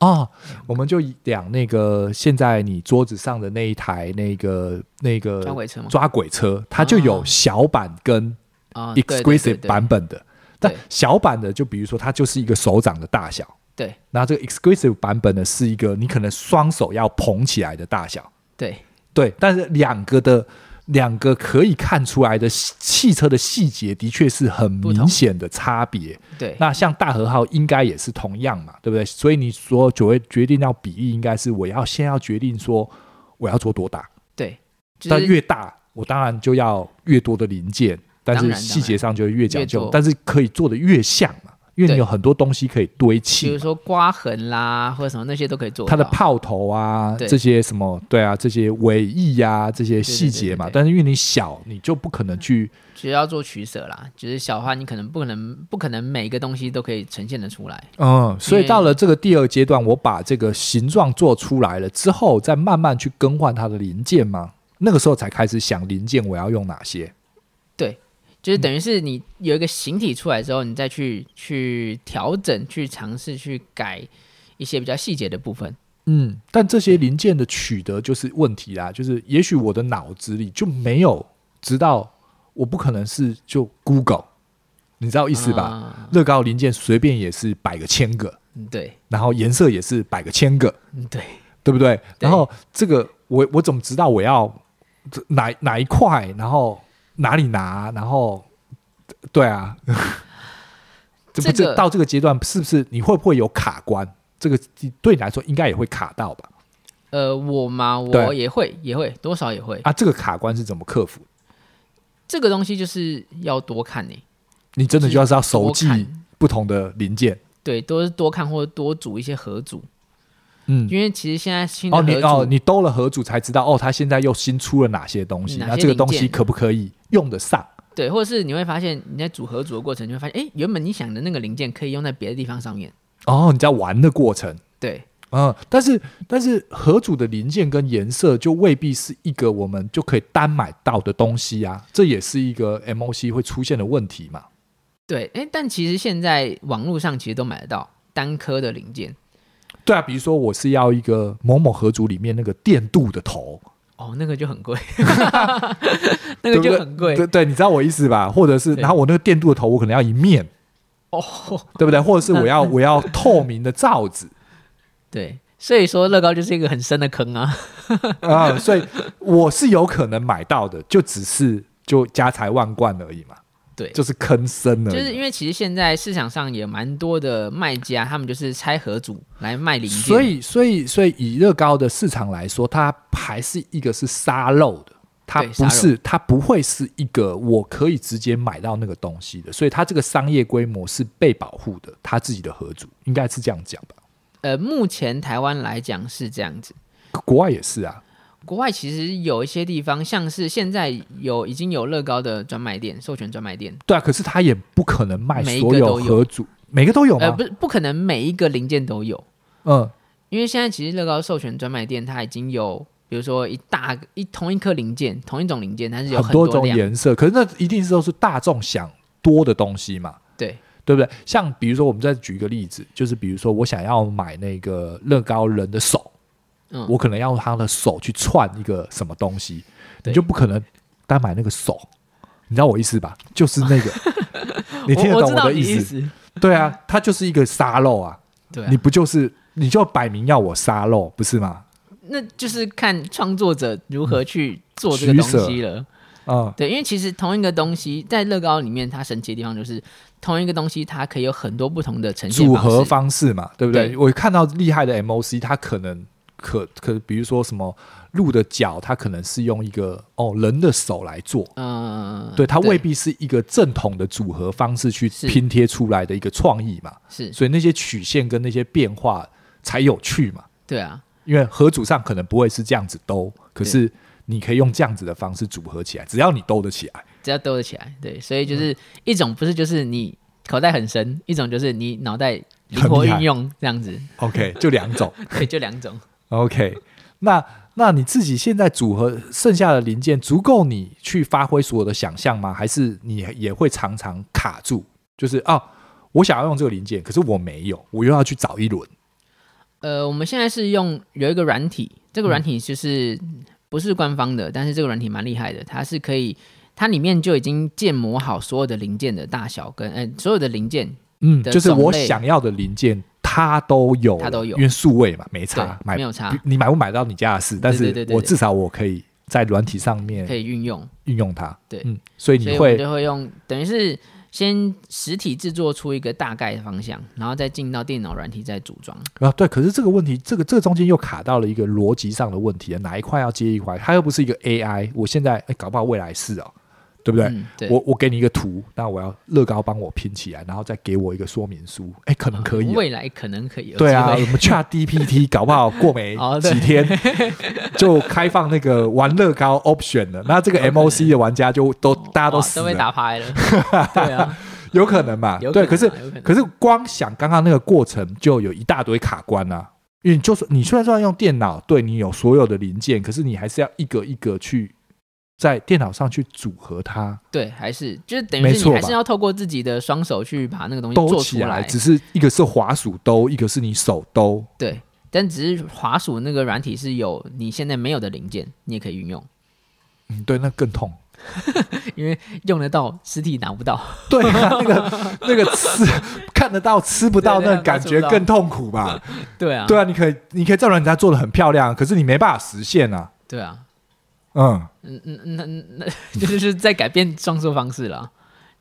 S1: 哦，我们就讲那个现在你桌子上的那一台那个那个
S2: 抓尾车吗
S1: 抓轨车，它就有小版跟
S2: 啊、对对对
S1: exclusive
S2: 对
S1: 版本的。但
S2: 对
S1: 小版的就比如说它就是一个手掌的大小，
S2: 对
S1: 那这个 exclusive 版本呢是一个你可能双手要捧起来的大小。
S2: 对
S1: 对，但是两个的两个可以看出来的细汽车的细节，的确是很
S2: 不
S1: 明
S2: 同
S1: 显的差别。
S2: 对，
S1: 那像大和号应该也是同样嘛，对不对？所以你所决决定要比例，应该是我要先要决定说我要做多大，
S2: 对，就
S1: 但
S2: 是
S1: 越大我当然就要越多的零件，但
S2: 当
S1: 是
S2: 然
S1: 细节上就会越讲
S2: 越
S1: 究
S2: 多，
S1: 但是可以做的越像嘛，因为你
S2: 对
S1: 有很多东西可以堆砌
S2: 比
S1: 嘛。
S2: 如说刮痕啦，或者什么那些都可以做到。
S1: 它的炮头啊，
S2: 对
S1: 这些什么，对啊，这些尾翼呀，这些细节嘛。
S2: 对对对对对
S1: 但是因为你小，你就不可能去
S2: 只要做取舍啦，就是小花你可能不可能不可能每一个东西都可以呈现得出来。
S1: 嗯，所以到了这个第二阶段，我把这个形状做出来了之后，再慢慢去更换它的零件嘛。那个时候才开始想零件我要用哪些。
S2: 就是等于是你有一个形体出来之后，你再去去调整、去尝试、去改一些比较细节的部分。
S1: 嗯，但这些零件的取得就是问题啦，就是也许我的脑子里就没有，直到我不可能是就 Google，你知道意思吧？
S2: 啊
S1: 乐高零件随便也是百个千个，
S2: 嗯对，
S1: 然后颜色也是百个千个，
S2: 嗯对，
S1: 对不对？然后这个我我怎么知道我要这哪哪一块，然后哪里拿，然后对啊， 这不
S2: 这
S1: 这
S2: 个
S1: 到这个阶段是不是你会不会有卡关？这个对你来说应该也会卡到吧？
S2: 呃，我嘛，我
S1: 对
S2: 也会，也会，多少也会。
S1: 啊，这个卡关是怎么克服？
S2: 这个东西就是要多看欸呢、
S1: 你真的就要是要熟
S2: 多
S1: 记
S2: 看
S1: 不同的零件，
S2: 对，多多看或者多组一些合组，
S1: 嗯。
S2: 因为其实现在新的
S1: 哦，
S2: 合
S1: 你
S2: 组，
S1: 哦，你兜了合组才知道哦，它现在又新出了哪些东西，
S2: 哪
S1: 那
S2: 些
S1: 这个
S2: 零
S1: 东西
S2: 件
S1: 可不可以用得上？
S2: 对，或者是你会发现你在组合组的过程，你会发现，哎，原本你想的那个零件可以用在别的地方上面。
S1: 哦，你在玩的过程，
S2: 对，
S1: 嗯，但是但是合组的零件跟颜色就未必是一个我们就可以单买到的东西啊，这也是一个 MOC 会出现的问题嘛。
S2: 对，哎，但其实现在网络上其实都买得到单颗的零件。
S1: 对啊，比如说我是要一个某某合组里面那个电镀的头，
S2: 哦，那个就很贵，
S1: 对
S2: 那个
S1: 不对
S2: 就很贵
S1: 对对，你知道我意思吧？或者是
S2: 对
S1: 然后我那个电镀的头，我可能要一面，
S2: 哦。
S1: 对不对？或者是我要我要透明的罩 子
S2: 对，所以说乐高就是一个很深的坑啊。
S1: 啊、所以我是有可能买到的，就只是就家财万贯而已嘛，
S2: 对，
S1: 就是坑深而已嘛。
S2: 就是因为其实现在市场上也蛮多的卖家，他们就是拆盒组来卖零件。
S1: 所以，所以，所以以乐高的市场来说，它还是一个是沙漏的，它
S2: 对
S1: 不
S2: 沙
S1: 是，它不会是一个我可以直接买到那个东西的，所以它这个商业规模是被保护的，它自己的合组应该是这样讲吧？
S2: 呃，目前台湾来讲是这样子，
S1: 国外也是啊，
S2: 国外其实有一些地方，像是现在有已经有乐高的专卖店，授权专卖店，
S1: 对啊，可是它也不可能卖
S2: 每一
S1: 所
S2: 个
S1: 有
S2: 都有
S1: 合组，每个都有
S2: 呃，
S1: 吗
S2: 不？是不可能每一个零件都有，
S1: 嗯，
S2: 因为现在其实乐高授权专卖店它已经有，比如说一大一同一颗零件，同一种零件，它是有
S1: 多
S2: 多
S1: 种
S2: 量，
S1: 颜色，可是那一定是都是大众想多的东西嘛。
S2: 对
S1: 对不对？像比如说，我们再举一个例子，就是比如说，我想要买那个乐高人的手，
S2: 嗯
S1: 我可能要他的手去串一个什么东西，你
S2: 对
S1: 就不可能单买那个手，你知道我意思吧？就是那 个，你听得
S2: 我我
S1: 懂
S2: 知道
S1: 的
S2: 你
S1: 意思？
S2: 思，
S1: 对啊，它就是一个沙漏啊，
S2: 对、
S1: 你
S2: 啊，
S1: 不就是你就摆明要我沙漏，不是吗？
S2: 那就是看创作者如何去做这个
S1: 嗯取
S2: 东
S1: 舍
S2: 西了。
S1: 嗯，
S2: 对，因为其实同一个东西在乐高里面，它神奇的地方就是同一个东西它可以有很多不同的呈现
S1: 组
S2: 方式
S1: 合方式嘛，对不对？
S2: 对
S1: 我看到厉害的 MOC，它可能可可，比如说什么鹿的脚，它可能是用一个哦人的手来做，
S2: 嗯，
S1: 对，它未必是一个正统的组合方式去
S2: 是
S1: 拼贴出来的一个创意嘛，
S2: 是，
S1: 所以那些曲线跟那些变化才有趣嘛。
S2: 对啊，
S1: 因为合组上可能不会是这样子兜，可是你可以用这样子的方式组合起来，只要你兜得起来。
S2: 只要兜得起来，对，所
S1: 嗯
S2: 以就是一种不是就是你口袋很深，一种就是你脑袋灵活运用这样子，
S1: OK，就两种。
S2: 对，就两种。
S1: OK，那那你自己现在组合剩下的零件足够你去发挥所有的想象吗？还是你也会常常卡住？就是哦，我想要用这个零件，可是我没有，我又要去找一轮。
S2: 呃，我们现在是用有一个软体，这个软体就是不是官方的，但是这个软体蛮厉害的，它是可以，它里面就已经建模好所有的零件的大小跟呃所有的零件，
S1: 嗯，
S2: 的
S1: 就是
S2: 种
S1: 我
S2: 类
S1: 想要的零件它都有了，
S2: 它都有
S1: 因为数位嘛，没
S2: 对
S1: 差，买
S2: 没有差，
S1: 你买不买到你家的事，但
S2: 对
S1: 是
S2: 对对
S1: 我
S2: 对
S1: 至少我可以在软体上
S2: 可
S1: 面
S2: 以运用，
S1: 运用它。
S2: 对
S1: 嗯，所以
S2: 所
S1: 你
S2: 以我们
S1: 会
S2: 就会用，等于是先实体制作出一个大概的方向，然后再进到电脑软体再组装。
S1: 啊，对，可是这个问题，这个这个中间又卡到了一个逻辑上的问题，啊哪一块要接一块？它又不是一个 AI，我现在哎，搞不好未来是哦，对不对？
S2: 嗯，对，
S1: 我我给你一个图，那我要乐高帮我拼起来，然后再给我一个说明书，哎，可能可以哦、
S2: 啊未来可能可以有
S1: 对啊，
S2: 机
S1: 我
S2: 会
S1: 们 Chat DPT 搞不好过没
S2: 哦对
S1: 几 天就开放那个玩乐高 option 了，那这个 MOC 的玩家就都大家都
S2: 哦哇
S1: 死
S2: 哦都被
S1: 了，
S2: 打趴了。 对啊，
S1: 有可能嘛？
S2: 有
S1: 对，可
S2: 可
S1: 是
S2: 能啊有可能
S1: 可是光想刚刚那个过程就有一大堆卡关啊，因为你就算你虽然说要用电脑对你有所有的零件，可是你还是要一个一个去在电脑上去组合它，
S2: 对，还是就是等
S1: 没
S2: 于是
S1: 错
S2: 你
S1: 吧
S2: 还是要透过自己的双手去把那个东西
S1: 兜
S2: 做
S1: 起
S2: 出
S1: 来，只是一个是滑鼠兜，一个是你手兜。
S2: 对，但只是滑鼠那个软体是有你现在没有的零件，你也可以运用，
S1: 嗯，对，那更痛。
S2: 因为用得到，实体拿不到。
S1: 对 啊，那个那个吃看得到吃不到，
S2: 对 对
S1: 那个感觉更痛苦吧？
S2: 对啊，
S1: 对啊，你可以你可以在人家做的很漂亮，可是你没办法实现啊。
S2: 对啊，
S1: 嗯，
S2: 嗯嗯嗯，那那那就是在改变装作方式了。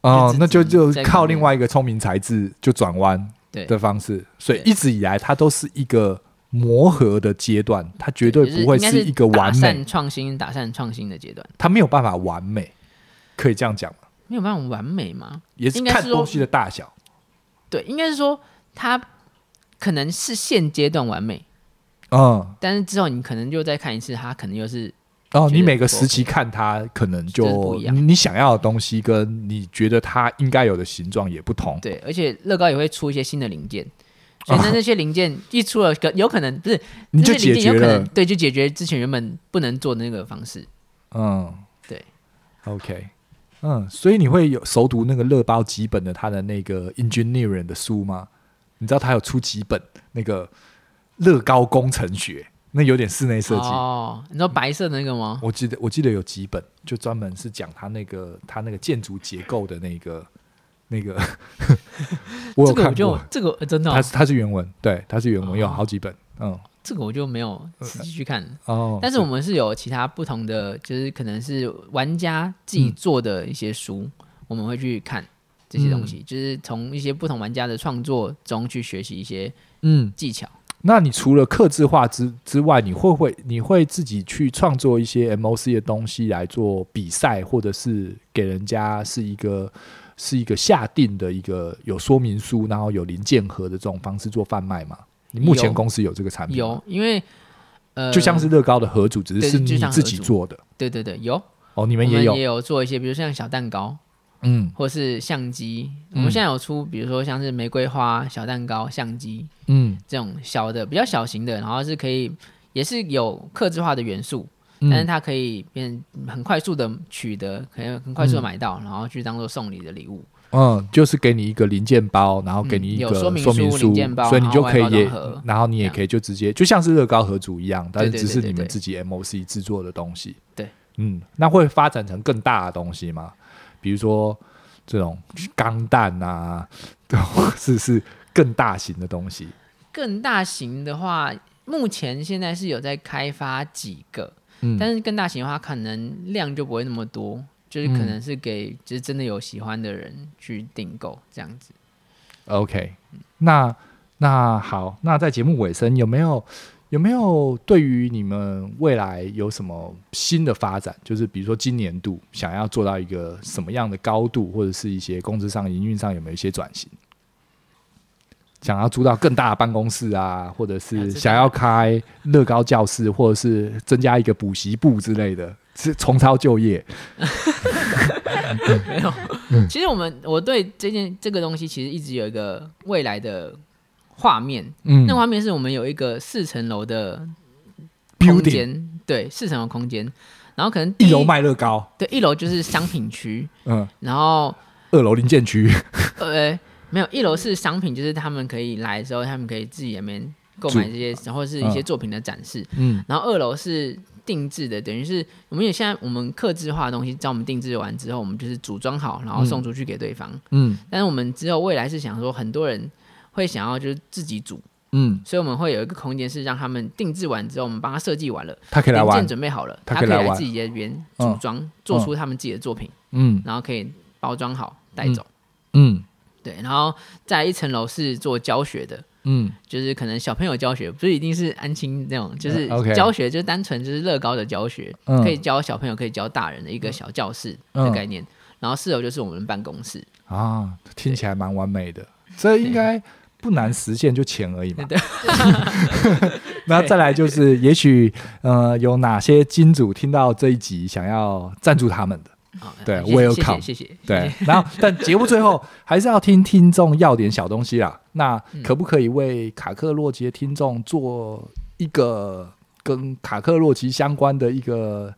S1: 哦，那
S2: 就
S1: 就
S2: 只
S1: 就
S2: 在
S1: 靠
S2: 旁边
S1: 另外一个聪明才智就转弯
S2: 对
S1: 的方式，所以
S2: 对
S1: 一直以来它都是一个磨合的阶段，它 绝对
S2: 就是
S1: 不会
S2: 应该
S1: 是
S2: 是
S1: 一个完
S2: 打
S1: 美
S2: 散，创新、打散创新的阶段，
S1: 它没有办法完美，可以这样讲吗？
S2: 没有办法完美嘛。
S1: 也是
S2: 应该
S1: 看
S2: 是说
S1: 东西的大小，
S2: 对，应该是说它可能是现阶段完美，
S1: 嗯，
S2: 但是之后你可能就再看一次，它可能又是
S1: 哦，
S2: 觉
S1: 你
S2: 得
S1: 每个
S2: 不
S1: 时
S2: OK
S1: 期看它，可能
S2: 就是
S1: 就
S2: 不一样
S1: 你你想要的东西跟你觉得它应该有的形状也不同，
S2: 对，而且乐高也会出一些新的零件，所以
S1: 啊
S2: 那那些零件一出了，可有可能不是
S1: 你就
S2: 那些
S1: 解
S2: 零
S1: 决
S2: 件有可能
S1: 了，
S2: 对，就解决之前原本不能做的那个方式。
S1: 嗯，
S2: 对
S1: ，OK，嗯，所以你会有熟读那个乐包几本的他的那个 engineering 的书吗？你知道他有出几本那个乐高工程学，那有点室内设计。
S2: 哦，你说白色的那个吗？
S1: 我记得我记得有几本，就专门是讲他那个他那个建筑结构的那个那个， 我有
S2: 这个
S1: 看
S2: 我就
S1: 过，
S2: 这个呃真的哦、
S1: 它是它是原文，对，它是原文，
S2: 哦
S1: 有好几本，嗯，
S2: 这个我就没有仔细去看。
S1: 呃哦，
S2: 但是我们是有其他不同的，就是可能是玩家
S1: 嗯
S2: 自己做的一些书，我们会去看这些东
S1: 嗯
S2: 西，就是从一些不同玩家的创作中去学习一些
S1: 嗯，
S2: 技巧。
S1: 那你除了刻字化之之外，你会不会你会自己去创作一些 MOC 的东西来做比赛，或者是给人家是一个是一个下定的一个有说明书，然后有零件盒的这种方式做贩卖吗？你目前
S2: 有
S1: 公司有这个产品吗，
S2: 有，因为呃，
S1: 就像是乐高的盒组，只是
S2: 对
S1: 是
S2: 就
S1: 你
S2: 像
S1: 自己
S2: 盒组
S1: 做的
S2: 对对对，有
S1: 哦，你们
S2: 我们
S1: 也有，
S2: 也有做一些，比如像小蛋糕，
S1: 嗯
S2: 或是相机。
S1: 嗯
S2: 我们现在有出，比如说像是玫瑰花、小蛋糕、相机
S1: 嗯
S2: 这种小的、比较小型的，然后是可以也是有克制化的元素，但是
S1: 嗯，
S2: 它可以变很快速的取得，可以很快速的买到，然后去当做送礼的礼物。
S1: 嗯，就是给你一个零件包，然后给
S2: 嗯
S1: 你一
S2: 有
S1: 个
S2: 说明
S1: 说明
S2: 书
S1: 书，
S2: 零件包
S1: 所以你
S2: 然
S1: 就
S2: 后外
S1: 可以
S2: 包装
S1: 也
S2: 盒，
S1: 然后你也
S2: 这样
S1: 可以就直接，就像是乐高合组一样，但是
S2: 对对
S1: 只是
S2: 对
S1: 你们
S2: 对
S1: 自己 MOC 制作的东西。
S2: 对，
S1: 嗯，那会发展成更大的东西吗？比如说这种钢弹啊， 或是是更大型的东西。
S2: 更大型的话，目前现在是有在开发几个，
S1: 嗯，
S2: 但是更大型的话，可能量就不会那么多，就是可
S1: 嗯
S2: 能是给、就是真的有喜欢的人去订购这样子。
S1: OK，那那好，那在节目尾声有没有有没有对于你们未来有什么新的发展？就是比如说今年度想要做到一个什么样的高度，或者是一些工资上、营运上有没有一些转型？想要租到更大的办公室啊，或者
S2: 了
S1: 是
S2: 解
S1: 想要开乐高教室，或者是增加一个补习部之类的，是重操旧业。
S2: 没有。
S1: 嗯
S2: 其实我们我对这件这个东西其实一直有一个未来的画面，
S1: 嗯
S2: 那画面是我们有一个四层楼的空
S1: ，building
S2: 间，对，四层楼空间，然后可能第
S1: 一楼卖乐高，
S2: 对一楼就是商品区，
S1: 嗯，
S2: 然后
S1: 二楼零件区
S2: 呃没有一楼是商品，就是他们可以来的时候，他们可以自己那边购买这些，然后是一些
S1: 嗯
S2: 作品的展示，
S1: 嗯
S2: 然后二楼是定制的，等于是我们也现在我们刻制化的东西，在我们定制完之后，我们就是组装好，然后送出去给对方。
S1: 嗯
S2: 但是我们之后未来是想说，很多人会想要就是自己组，
S1: 嗯，
S2: 所以我们会有一个空间是让他们定制完之后，我们帮他设计完了，
S1: 他可以来
S2: 零
S1: 玩
S2: 件，准备好了，
S1: 他
S2: 他
S1: 可以来玩
S2: 自己在这边组装，做出他们自己的作品，
S1: 嗯
S2: 然后可以包装好带走。
S1: 嗯
S2: 对，然后在一层楼是做教学的，
S1: 嗯
S2: 就是可能小朋友教学，不是一定是安亲那种，就是
S1: 嗯，OK
S2: 教学，就是单纯就是乐高的教学，
S1: 嗯
S2: 可以教小朋友，可以教大人的一个小教室的
S1: 嗯
S2: 概念。然后四楼就是我们办公室，
S1: 啊，听起来蛮完美的，这应该不难实现，就钱而已嘛。 那再来就是，也许呃，有哪些金主听到这一集，想要赞助他们的？
S2: 啊，
S1: 对
S2: 谢谢谢
S1: welcome
S2: 谢谢谢，
S1: 对， 然后但节目最后还是要听听众要点小东西啦。那
S2: 嗯
S1: 可不可以为卡克洛奇的听众做一个跟卡克洛奇相关的一个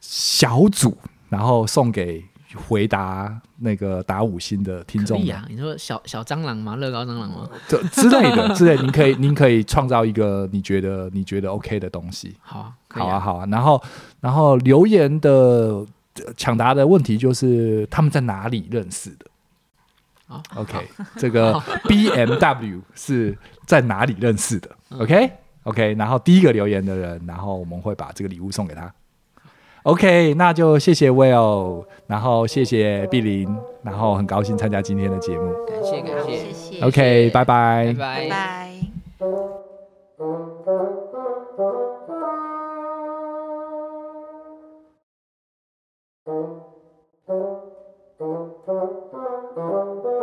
S1: 小组，然后送给回答那个打五星的听
S2: 可
S1: 众
S2: 以
S1: 呢
S2: 啊，你说小小蟑螂吗？乐高蟑螂吗？
S1: 这之类的之类的，您可以您可以创造一个你觉得你觉得 OK 的东西。
S2: 好啊，可以
S1: 好啊，好啊，然后然后留言的呃抢答的问题就是他们在哪里认识的。
S2: 好
S1: OK，这个 BMW 是在哪里认识的？OK OK，然后第一个留言的人，然后我们会把这个礼物送给他。OK，那就谢谢 Will，然后谢谢碧琳，然后很高兴参加今天的节目。
S2: 感谢感
S3: 好，
S2: 谢
S3: 谢，谢
S1: OK，拜
S2: 拜
S1: 拜。
S3: 拜拜。
S4: Thank